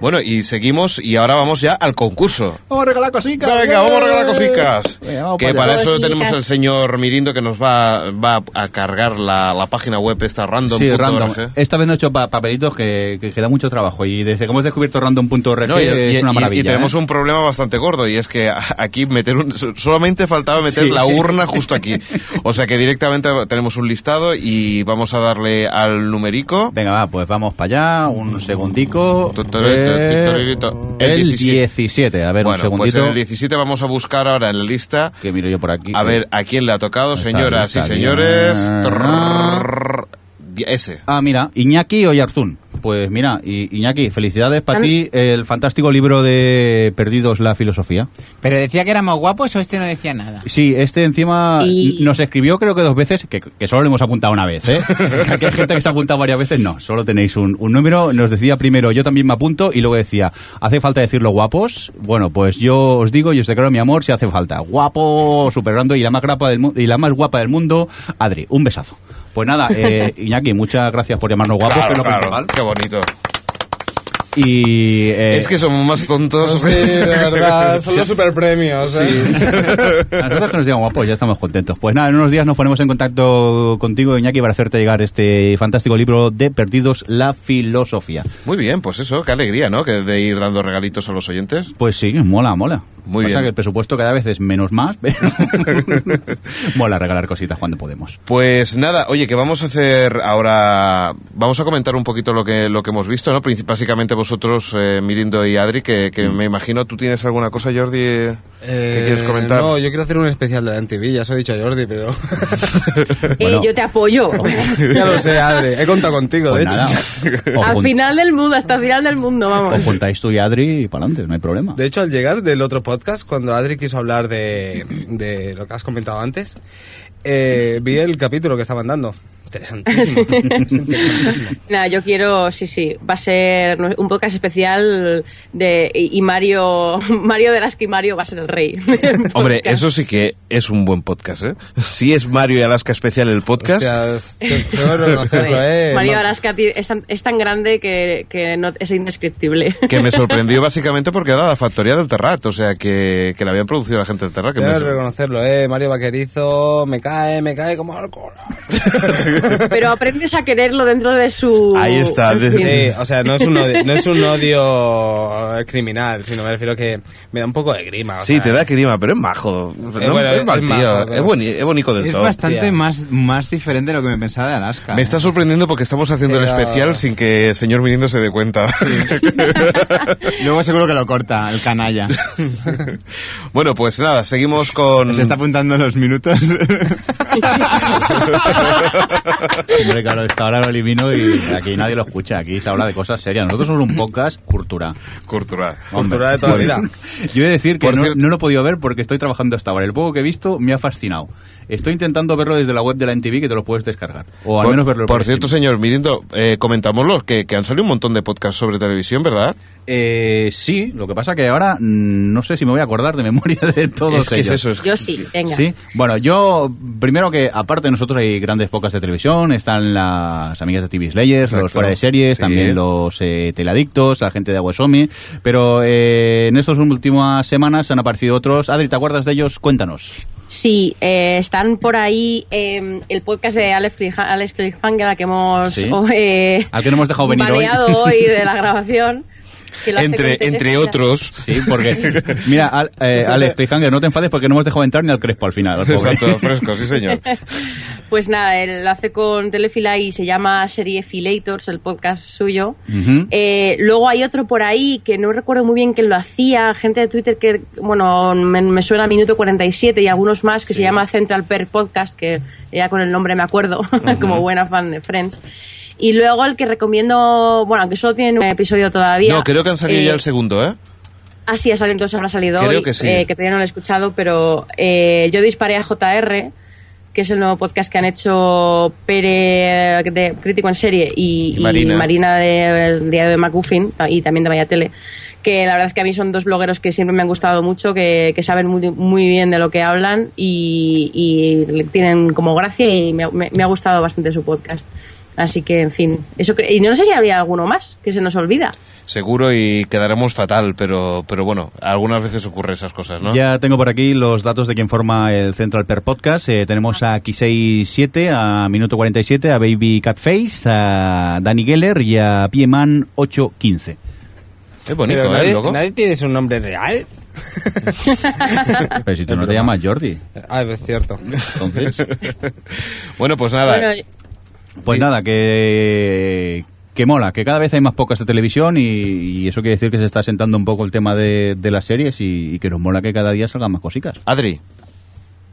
Bueno, y seguimos y ahora vamos ya al concurso. Vamos a regalar cositas. eh. Venga, vamos a regalar cositas. Venga, vamos Que para para allá. eso tenemos Cositas. al señor Mirindo que nos va, va a cargar la, la página web esta random. Sí, punto random. org. Esta vez no he hecho pa- papelitos que, que, que da mucho trabajo. Y desde que hemos descubierto random.org No, y, y- es una y- maravilla. y tenemos ¿eh? un problema bastante gordo y es que a- aquí meter un, so- solamente faltaba meter Sí. la urna justo aquí. O sea que directamente tenemos un listado y vamos a darle al numerico. Venga, va, pues vamos para allá. Un segundico. Tu, tu, tu, tu, tu, tu. El El 17. 17. A ver, un bueno, pues en segundito. el 17 vamos a buscar ahora en la lista Que miro yo por aquí. a ver a quién le ha tocado, Está señoras bien, y está señores. bien. ¿eh? Trrrr. Ese. Ah, mira, Iñaki Oyarzún. Pues mira, I- Iñaki, felicidades para Ah. ti el fantástico libro de Perdidos la filosofía. Pero decía que éramos guapos o este no decía nada. Sí, este encima Sí. nos escribió creo que dos veces, que, que solo lo hemos apuntado una vez, ¿eh? Que Aquí hay gente que se ha apuntado varias veces, no, solo tenéis un, un número, nos decía primero yo también me apunto y luego decía, ¿hace falta decirlo guapos? Bueno, pues yo os digo y os declaro mi amor si hace falta. Guapo, super grande y la más grapa del mu- y la más guapa del mundo, Adri, un besazo. Pues nada, eh, Iñaki, muchas gracias por llamarnos guapos, que Claro, es lo claro, principal. Qué bonito. Y eh, Es que somos más tontos. Pues Sí, de verdad, son los superpremios, ¿eh? a nosotros que nos digan guapos, ya estamos contentos. Pues nada, en unos días nos ponemos en contacto contigo, Iñaki, para hacerte llegar este fantástico libro de Perdidos, la filosofía. Muy bien, pues eso, qué alegría, ¿no? Que de ir dando regalitos a los oyentes. Pues sí, mola, mola. Muy Pasa bien. que el presupuesto cada vez es menos más, pero mola regalar cositas cuando podemos. Pues nada, oye, que vamos a hacer ahora, vamos a comentar un poquito lo que lo que hemos visto, ¿no? Princip- Básicamente vosotros, eh, Mirindo y Adri, que, que me imagino tú tienes alguna cosa, Jordi, eh, que Mm. Eh, quieres comentar. No, yo quiero hacer un especial de la MTV, ya se lo he dicho a Jordi, pero... Eh, Bueno. yo te apoyo. ya lo sé, Adri, he contado contigo, Pues de nada, hecho. os Al jun- final del mundo, hasta el final del mundo, os vamos. juntáis tú y Adri y para adelante, no hay problema. De hecho, al llegar del otro podcast, cuando Adri quiso hablar de, de lo que has comentado antes, eh, vi el capítulo que estaban dando. Interesantísimo. es interesantísimo. Nada, yo quiero, sí, sí, va a ser un podcast especial de y Mario, Mario de las que Mario va a ser el rey. Hombre, eso sí que es un buen podcast, ¿eh? Sí es Mario y Alaska especial el podcast. Hostias, te- tengo que reconocerlo, Joder, ¿eh? Mario No- Arasca ti- es tan, es tan grande que, que no, es indescriptible. Que me sorprendió básicamente porque era la factoría del Terrat, o sea, que, que la habían producido la gente del Terrat. Que Tengo que me- reconocerlo, ¿eh? Mario Vaquerizo, me cae, me cae como alcohol. Pero aprendes a quererlo dentro de su... Ahí está, en desde- fin. Sí, o sea, no es, un odio, no es un odio eh, criminal, sino me refiero que me da un poco de grima. o Sí, sea, te da grima, pero es majo. No, bueno, es es mal majo, tío, pero- es boni- es bonito del Es todo. Hostia. bastante más, más diferente de lo que me pensaba de Alaska. Me está sorprendiendo porque estamos haciendo el Pero- especial sin que el señor Mirindo se dé cuenta. Luego seguro que lo corta el canalla. bueno, pues nada, seguimos con... Se está apuntando los minutos. Hombre, claro, esta hora lo elimino y aquí nadie lo escucha. Aquí se habla de cosas serias. Nosotros somos un podcast cultura. Cultura. Cultura de toda la vida. Yo he de decir que Por no, cierto- no lo he podido ver porque estoy trabajando hasta ahora. El poco que he visto me ha fascinado. Estoy intentando verlo desde la web de la NTV que te lo puedes descargar. O al por, menos verlo. por cierto, señor Mirindo, eh, comentámoslo, que, que han salido un montón de podcasts sobre televisión, ¿verdad? Eh, sí, lo que pasa que ahora mm, no sé si me voy a acordar de memoria de todos Es que es ellos. eso, es- Yo sí, venga. Sí, bueno, yo primero que aparte de nosotros hay grandes pocas de televisión, están las amigas de TV Slayers, Exacto. los fuera de series, Sí. también los eh, teleadictos, la gente de Aguasomi, pero eh, en estas últimas semanas han aparecido otros. Adri, ¿te acuerdas de ellos? Cuéntanos. Sí, eh, están por ahí eh, el podcast de Alex Cliffha- Alex Cliffhanger, al que hemos Sí. oh, eh, Al que no hemos dejado venir hoy. baneado hoy de la grabación. que lo hace Entre, con entre Teresa. otros. Sí, porque mira, al, eh, Alex Cliffhanger, no te enfades porque no hemos dejado entrar ni al Crespo al final. al pobre. Exacto, fresco, sí señor. Pues nada, él lo hace con Telefila y se llama Serie Filators, el podcast suyo. Ujú. Eh, luego hay otro por ahí que no recuerdo muy bien quién lo hacía, gente de Twitter que, bueno, me, me suena a Minuto 47 y algunos más que se llama Central Per Podcast, que ya con el nombre me acuerdo, como buena fan de Friends. Y luego el que recomiendo, bueno, aunque solo tienen un episodio todavía. No, creo que han salido eh, ya el segundo, ¿eh? Ah, sí, ha salido, entonces habrá salido Creo hoy, que sí. eh, que todavía no lo he escuchado, pero eh, yo disparé a JR, que es el nuevo podcast que han hecho Pere, de Crítico en Serie, y, Y y Marina. Marina. de el Diario de McGuffin, y también de Vaya Tele, que la verdad es que a mí son dos blogueros que siempre me han gustado mucho, que, que saben muy, muy bien de lo que hablan y, y le tienen como gracia y me, me- me ha gustado bastante su podcast. Así que, en fin, eso cre- y no sé si había alguno más que se nos olvida. Seguro y quedaremos fatal, pero, pero bueno, algunas veces ocurre esas cosas, ¿no? Ya tengo por aquí los datos de quien forma el Central Per Podcast. Eh, tenemos a Kisei7, a Minuto 47, a Baby Catface, a Danny Geller y a Pieman 815. Es bonito, Pero ¿eh, nadie, loco? ¿Nadie tiene su nombre real? Pero si tú no te llamas Jordi, Ah, es cierto. entonces. Bueno, pues nada. Bueno, Pues Sí. nada, que, que mola, que cada vez hay más pocas de televisión y, y eso quiere decir que se está sentando un poco el tema de, de las series y, y que nos mola que cada día salgan más cositas. Adri,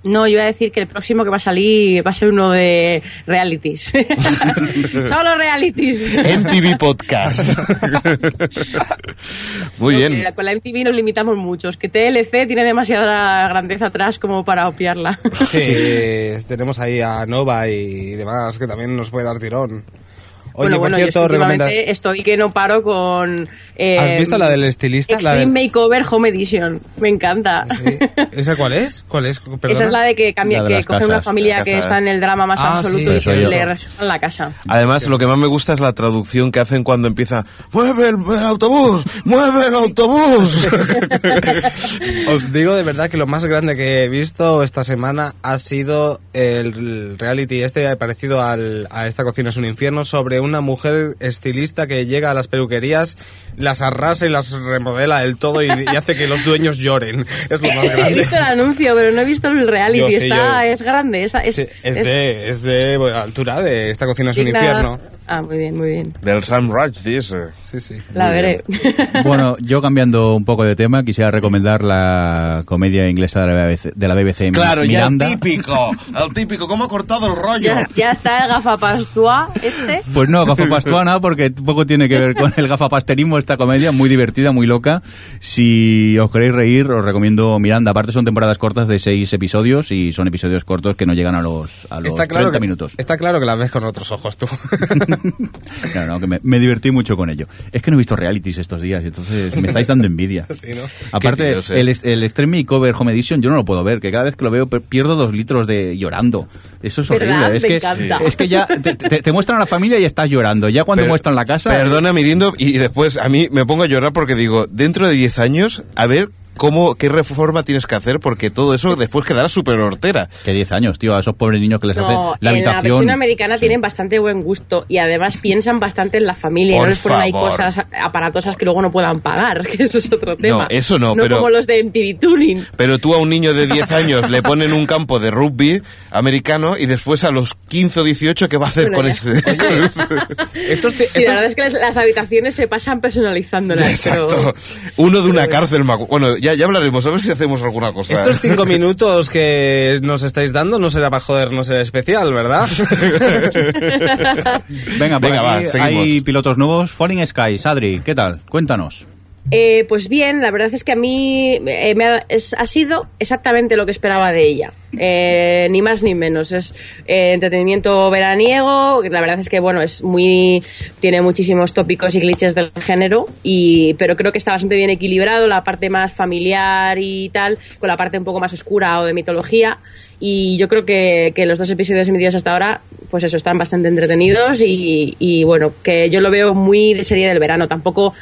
No, yo iba a decir que el próximo que va a salir va a ser uno de realities. Solo realities. MTV Podcast. Muy No, bien. que la- Con la MTV nos limitamos muchos. Que TLC tiene demasiada grandeza atrás como para obviarla. Sí, tenemos ahí a Nova y demás, que también nos puede dar tirón. Oye, bueno, por bueno, cierto, yo recomienda... últimamente estoy que no paro con... eh, ¿Has visto la del estilista? La Extreme del- Makeover Home Edition. Me encanta. Sí. ¿Esa cuál es? ¿Cuál es? Perdona. Esa es la de que cambia, La de que las cogen una casas. familia La que casa, está ¿eh? en el drama más Ah, absoluto sí, y eso que yo. le resuelvan la casa. Además, lo que más me gusta es la traducción que hacen cuando empieza ¡Mueve el, el autobús! ¡Mueve el autobús! Os digo de verdad que lo más grande que he visto esta semana ha sido el reality este parecido al, a Esta cocina es un infierno sobre una mujer estilista que llega a las peluquerías, las arrasa y las remodela del todo y, y hace que los dueños lloren. Es lo más He grande. visto el anuncio, pero no he visto el reality. Yo sí, Está, yo- Es grande. esa- Es, Sí, es, es- de, es de bueno, altura de Esta cocina es un digna- infierno. Ah, muy bien, muy bien. Del Sam Rajdi ese. Sí, sí. La veré. Bueno, yo cambiando un poco de tema, quisiera recomendar la comedia inglesa de la BBC, de la BBC Miranda. típico. El típico. ¿Cómo ha cortado el rollo? ya, ya está el gafapastua este. Pues no, gafapastuana, porque poco tiene que ver con el gafapasterismo esta comedia, muy divertida, muy loca. Si os queréis reír, os recomiendo Miranda. Aparte son temporadas cortas de seis episodios y son episodios cortos que no llegan a los, a los Está claro, 30 que, minutos. está claro que la ves con otros ojos tú. No, no, que me, me divertí mucho con ello. Es que no he visto realities estos días, y entonces me estáis dando envidia. Sí, ¿no? Aparte, Qué tíos, eh. el, ex- el Extreme Makeover Home Edition yo no lo puedo ver, que cada vez que lo veo per- pierdo dos litros de llorando. Eso es horrible. ¿Verdad? Es, Me que, encanta. es que ya te, te- te muestran a la familia y estás llorando. Ya cuando Per- muestran la casa... Perdona, Mirindo, y después a mí me pongo a llorar porque digo, dentro de 10 años, a ver cómo, qué reforma tienes que hacer, porque todo eso después quedará súper hortera. Que 10 años, tío, a esos pobres niños que les hacen No, Pues la en la habitación. versión americana Sí. tienen bastante buen gusto y además piensan bastante en la familia. Por no les ponen ahí favor. cosas aparatosas que luego no puedan pagar, que eso es otro tema. eso no, pero- Eh, como los de MTV Tuning. Pero tú a un niño de 10 años le ponen un campo de rugby americano y después a los 15 o 18, ¿qué va a hacer Bueno, con ya. ese? Estos, te- Sí, la estos- verdad es que las, las habitaciones se pasan personalizándolas. pero- Exacto. Uno de una pero- cárcel, me acu- bueno, ya, ya hablaremos, a ver si hacemos alguna cosa. ¿eh? Estos cinco minutos que nos estáis dando no será para jodernos el especial, ¿verdad? Venga, por Venga, va, aquí seguimos. hay pilotos nuevos. Falling Skies, Adri, ¿qué tal? Cuéntanos. Eh, pues bien, la verdad es que a mí eh, me ha, es- ha sido exactamente lo que esperaba de ella. Eh, ni más ni menos. Es eh, entretenimiento veraniego. La verdad es que, bueno, es muy. Tiene muchísimos tópicos y clichés del género. Y, pero creo que está bastante bien equilibrado la parte más familiar y tal, con la parte un poco más oscura o de mitología. Y yo creo que, que los dos episodios emitidos hasta ahora, pues eso, están bastante entretenidos y, y, bueno, que yo lo veo muy de serie del verano. Tampoco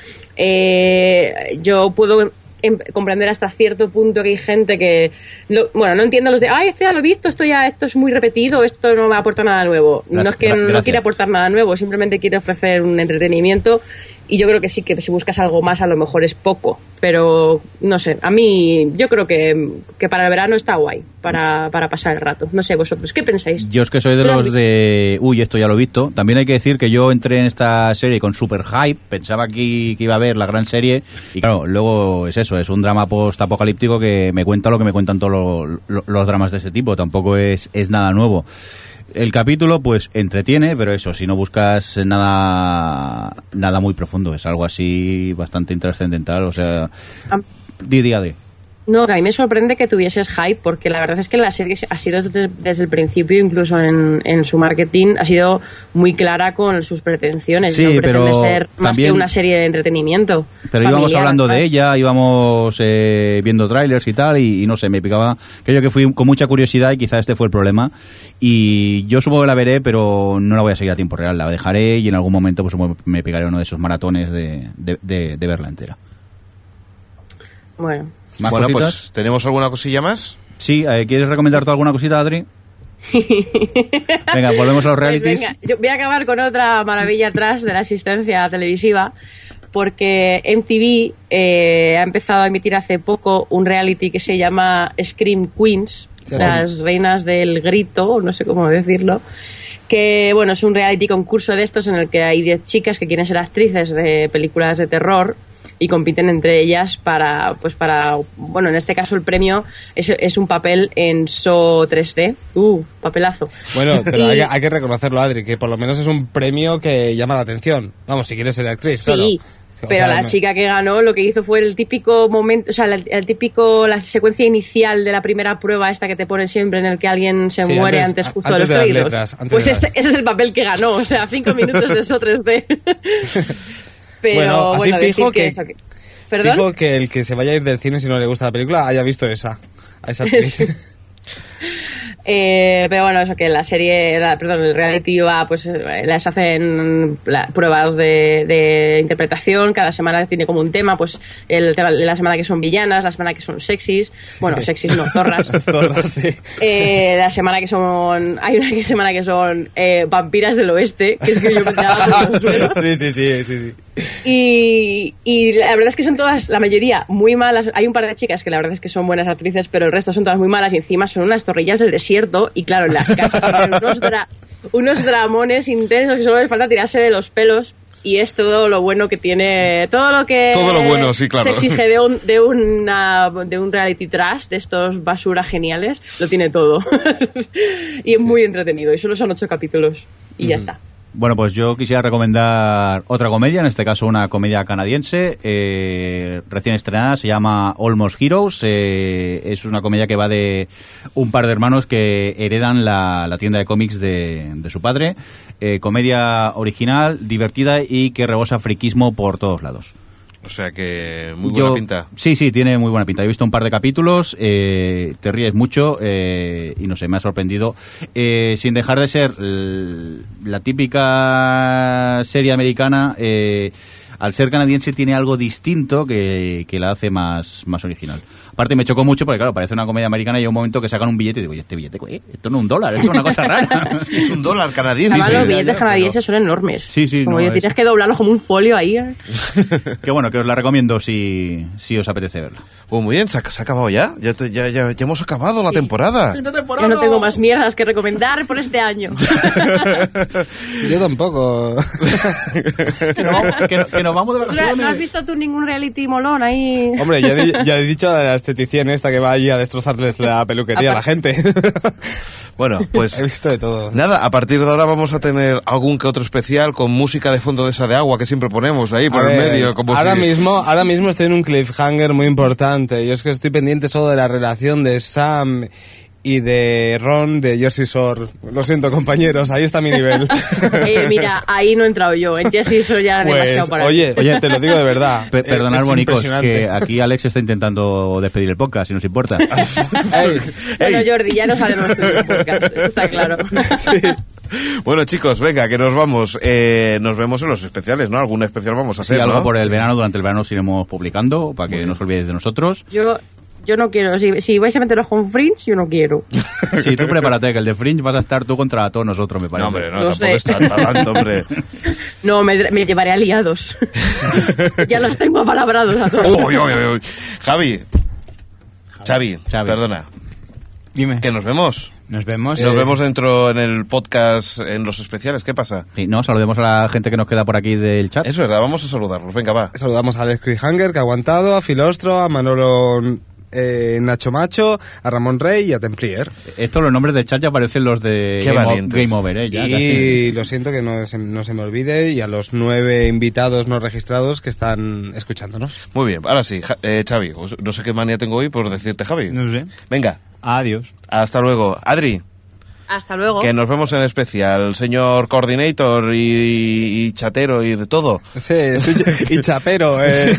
eh, yo puedo em- comprender hasta cierto punto que hay gente que, lo- bueno, no entiendo los de, ay, esto ya lo he visto, esto ya, esto es muy repetido, esto no me aporta nada nuevo. no Gracias, es que gra- no gracias. quiere aportar nada nuevo, simplemente quiere ofrecer un entretenimiento y yo creo que sí que si buscas algo más a lo mejor es poco, pero no sé, a mí yo creo que, que para el verano está guay, para, para pasar el rato. No sé vosotros, ¿qué pensáis? Yo es que soy de ¿Lo has los visto? de. Uy, esto ya lo he visto. También hay que decir que yo entré en esta serie con super hype. Pensaba que, que iba a ver la gran serie. Y claro, luego es eso: es un drama post-apocalíptico que me cuenta lo que me cuentan todos lo- lo- los dramas de este tipo. Tampoco es, es nada nuevo. El capítulo, pues, entretiene, pero eso, si no buscas nada, nada muy profundo, es algo así bastante intrascendental. O sea, di, di, Adri. No, que a mí me sorprende que tuvieses hype, porque la verdad es que la serie ha sido desde, desde el principio, incluso en, en su marketing, ha sido muy clara con sus pretensiones. Sí, no pretende pero ser más que también- una serie de entretenimiento. Pero íbamos familiar, hablando de además. ella, íbamos eh, viendo trailers y tal, y, y no sé, me picaba. Creo que fui con mucha curiosidad y quizá este fue el problema. Y yo supongo que la veré, pero no la voy a seguir a tiempo real. La dejaré y en algún momento pues, supongo que me pegaré uno de esos maratones de, de- de- de verla entera. Bueno. ¿Más bueno, cositas? pues, ¿tenemos alguna cosilla más? Sí, eh, ¿quieres recomendar tú alguna cosita, Adri? Venga, volvemos a los Pues realities. venga, yo voy a acabar con otra maravilla atrás de la asistencia televisiva, porque MTV eh, ha empezado a emitir hace poco un reality que se llama Scream Queens, Sí, las reinas del grito, o no sé cómo decirlo, que bueno, es un reality concurso de estos en el que hay 10 chicas que quieren ser actrices de películas de terror y compiten entre ellas para, pues para, bueno, en este caso el premio es, es un papel en So 3D. Uh, papelazo. Bueno, pero Y- hay, hay que reconocerlo, Adri, que por lo menos es un premio que llama la atención. Vamos, si quieres ser actriz, claro. Sí, O pero sea, la no- chica que ganó lo que hizo fue el típico momento, o sea, la- el, típico, la secuencia inicial de la primera prueba esta que te ponen siempre en el que alguien se Sí, muere antes- antes, a- justo antes de los de las créditos. letras, antes pues de ese, las- ese es el papel que ganó, o sea, cinco minutos de eso 3D. pero Bueno, así decir fijo que- eso ¿Perdón? Fijo que el que se vaya a ir del cine si no le gusta la película haya visto esa. A esa actriz. Eh, pero bueno, eso que la serie, la- perdón, el reality va, pues eh, las hacen la- pruebas de, de interpretación, cada semana tiene como un tema, pues el tema de la semana que son villanas, la semana que son sexys, bueno, sexys no, zorras, Las zorras, sí. eh, la semana que son, hay una que- semana que son eh, vampiras del oeste, que es que yo me quedaba por los suelos. sí, sí, sí, sí, sí. Y, y la verdad es que son todas, la mayoría, muy malas. Hay un par de chicas que la verdad es que son buenas actrices, pero el resto son todas muy malas y encima son unas torrillas del desierto. Y claro, en las casas tienen unos, dra- unos dramones intensos que solo les falta tirarse de los pelos. Y es todo lo bueno que tiene. Todo lo que. Todo lo bueno, sí, claro. Se exige de un, de, una, de un reality trash, de estos basura geniales, lo tiene todo. y es muy entretenido. Y solo son ocho capítulos. Y ya está. Bueno, pues yo quisiera recomendar otra comedia, en este caso una comedia canadiense, eh, recién estrenada, se llama Almost Heroes. eh, es una comedia que va de un par de hermanos que heredan la, la tienda de cómics de, de su padre. Eh, comedia original, divertida y que rebosa friquismo por todos lados. O sea que muy buena Yo- pinta. Sí, sí, tiene muy buena pinta. He visto un par de capítulos, eh, te ríes mucho eh, y no sé, me ha sorprendido. Eh, sin dejar de ser eh, la típica serie americana, eh, al ser canadiense tiene algo distinto que, que la hace más, más original. Aparte me chocó mucho porque, claro, parece una comedia americana y hay un momento que sacan un billete y digo, "Oye, este billete, ¿qué? esto no es un dólar, esto es una cosa rara. es un dólar canadiense. Además, los billetes canadienses son enormes. Sí, sí, Como no, yo es- tienes que doblarlos como un folio ahí. ¿eh? que bueno, que os la recomiendo si, si os apetece verla. Pues muy bien, se ha, se ha acabado ya. Ya, te- ya, ya- ya hemos acabado la temporada. Yo no tengo más mierdas que recomendar por este año. Yo tampoco. que, no, que no- que que nos vamos de vacaciones. ¿No has visto tú ningún reality molón ahí? Hombre, ya, di- ya he dicho a la esteticien esta que va allí a destrozarles la peluquería a la gente. bueno, pues... He visto de todo. Nada, a partir de ahora vamos a tener algún que otro especial con música de fondo de esa de agua que siempre ponemos ahí por A el ver, medio. Como ahora si- mismo ahora mismo estoy en un cliffhanger muy importante yo es que estoy pendiente solo de la relación de Sam y de Ron de Jersey Shore lo siento compañeros ahí está mi nivel Eh, mira, ahí no he entrado yo. En Jesse eso ya era demasiado pues para oye, mí. te lo digo de verdad Pe- Eh, perdonad, es bonicos, impresionante. que aquí Alex está intentando despedir el podcast, si nos importa. Bueno, Jordi, ya no sabemos tu podcast, eso está claro. Bueno, chicos, venga, que nos vamos. Eh, nos vemos en los especiales, ¿no? Algún especial vamos a Sí, hacer, algo ¿no? por el verano, durante el verano os iremos publicando, para que no os olvidéis de nosotros. Yo, yo no quiero, si, si vais a meteros con Fringe, yo no quiero. Sí, tú prepárate, que el de Fringe vas a estar tú contra todos nosotros, me parece. No, hombre, no, Lo tampoco sé. está tanto, hombre. No, me, me llevaré aliados. ya los tengo apalabrados a todos. Uy, uy, uy, uy. Javi. Xavi, perdona. Dime. Que nos vemos. Nos vemos. Nos vemos dentro en el podcast, en los especiales. ¿Qué pasa? Sí, no, saludemos a la gente que nos queda por aquí del chat. Es verdad, vamos a saludarlos. Venga, va. saludamos a Alex Cliffhanger que ha aguantado a Filostro a Manolo eh, Nacho Macho a Ramón Rey y a Templier Estos los nombres del chat ya aparecen los de Qué Game, O- valientes. Game Over, ¿eh? Ya, casi. y lo siento que no se, no se me olvide y a los nueve invitados no registrados que están escuchándonos Muy bien, ahora sí, Ja- eh, Xavi. os- No sé qué manía tengo hoy por decirte, Javi. No sé. Venga, Adiós. hasta luego. Adri. Hasta luego. Que nos vemos en especial, señor coordinator y, y chatero y de todo. Sí, soy cha- y chapero. eh.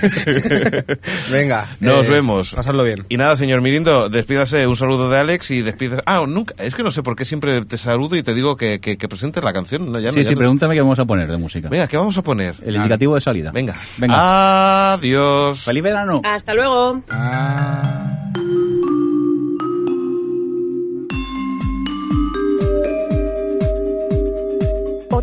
Venga. Nos eh, vemos. Pasadlo bien. Y nada, señor Mirindo, despídase un saludo de Alex y despídase. Ah, nunca. Es que no sé por qué siempre te saludo y te digo que, que, que presentes la canción. No, ya no, sí, ya sí, no. pregúntame qué vamos a poner de música. Venga, ¿qué vamos a poner? El indicativo de salida. Venga. Ah. Venga. Adiós. ¡Feliz verano! Hasta luego. O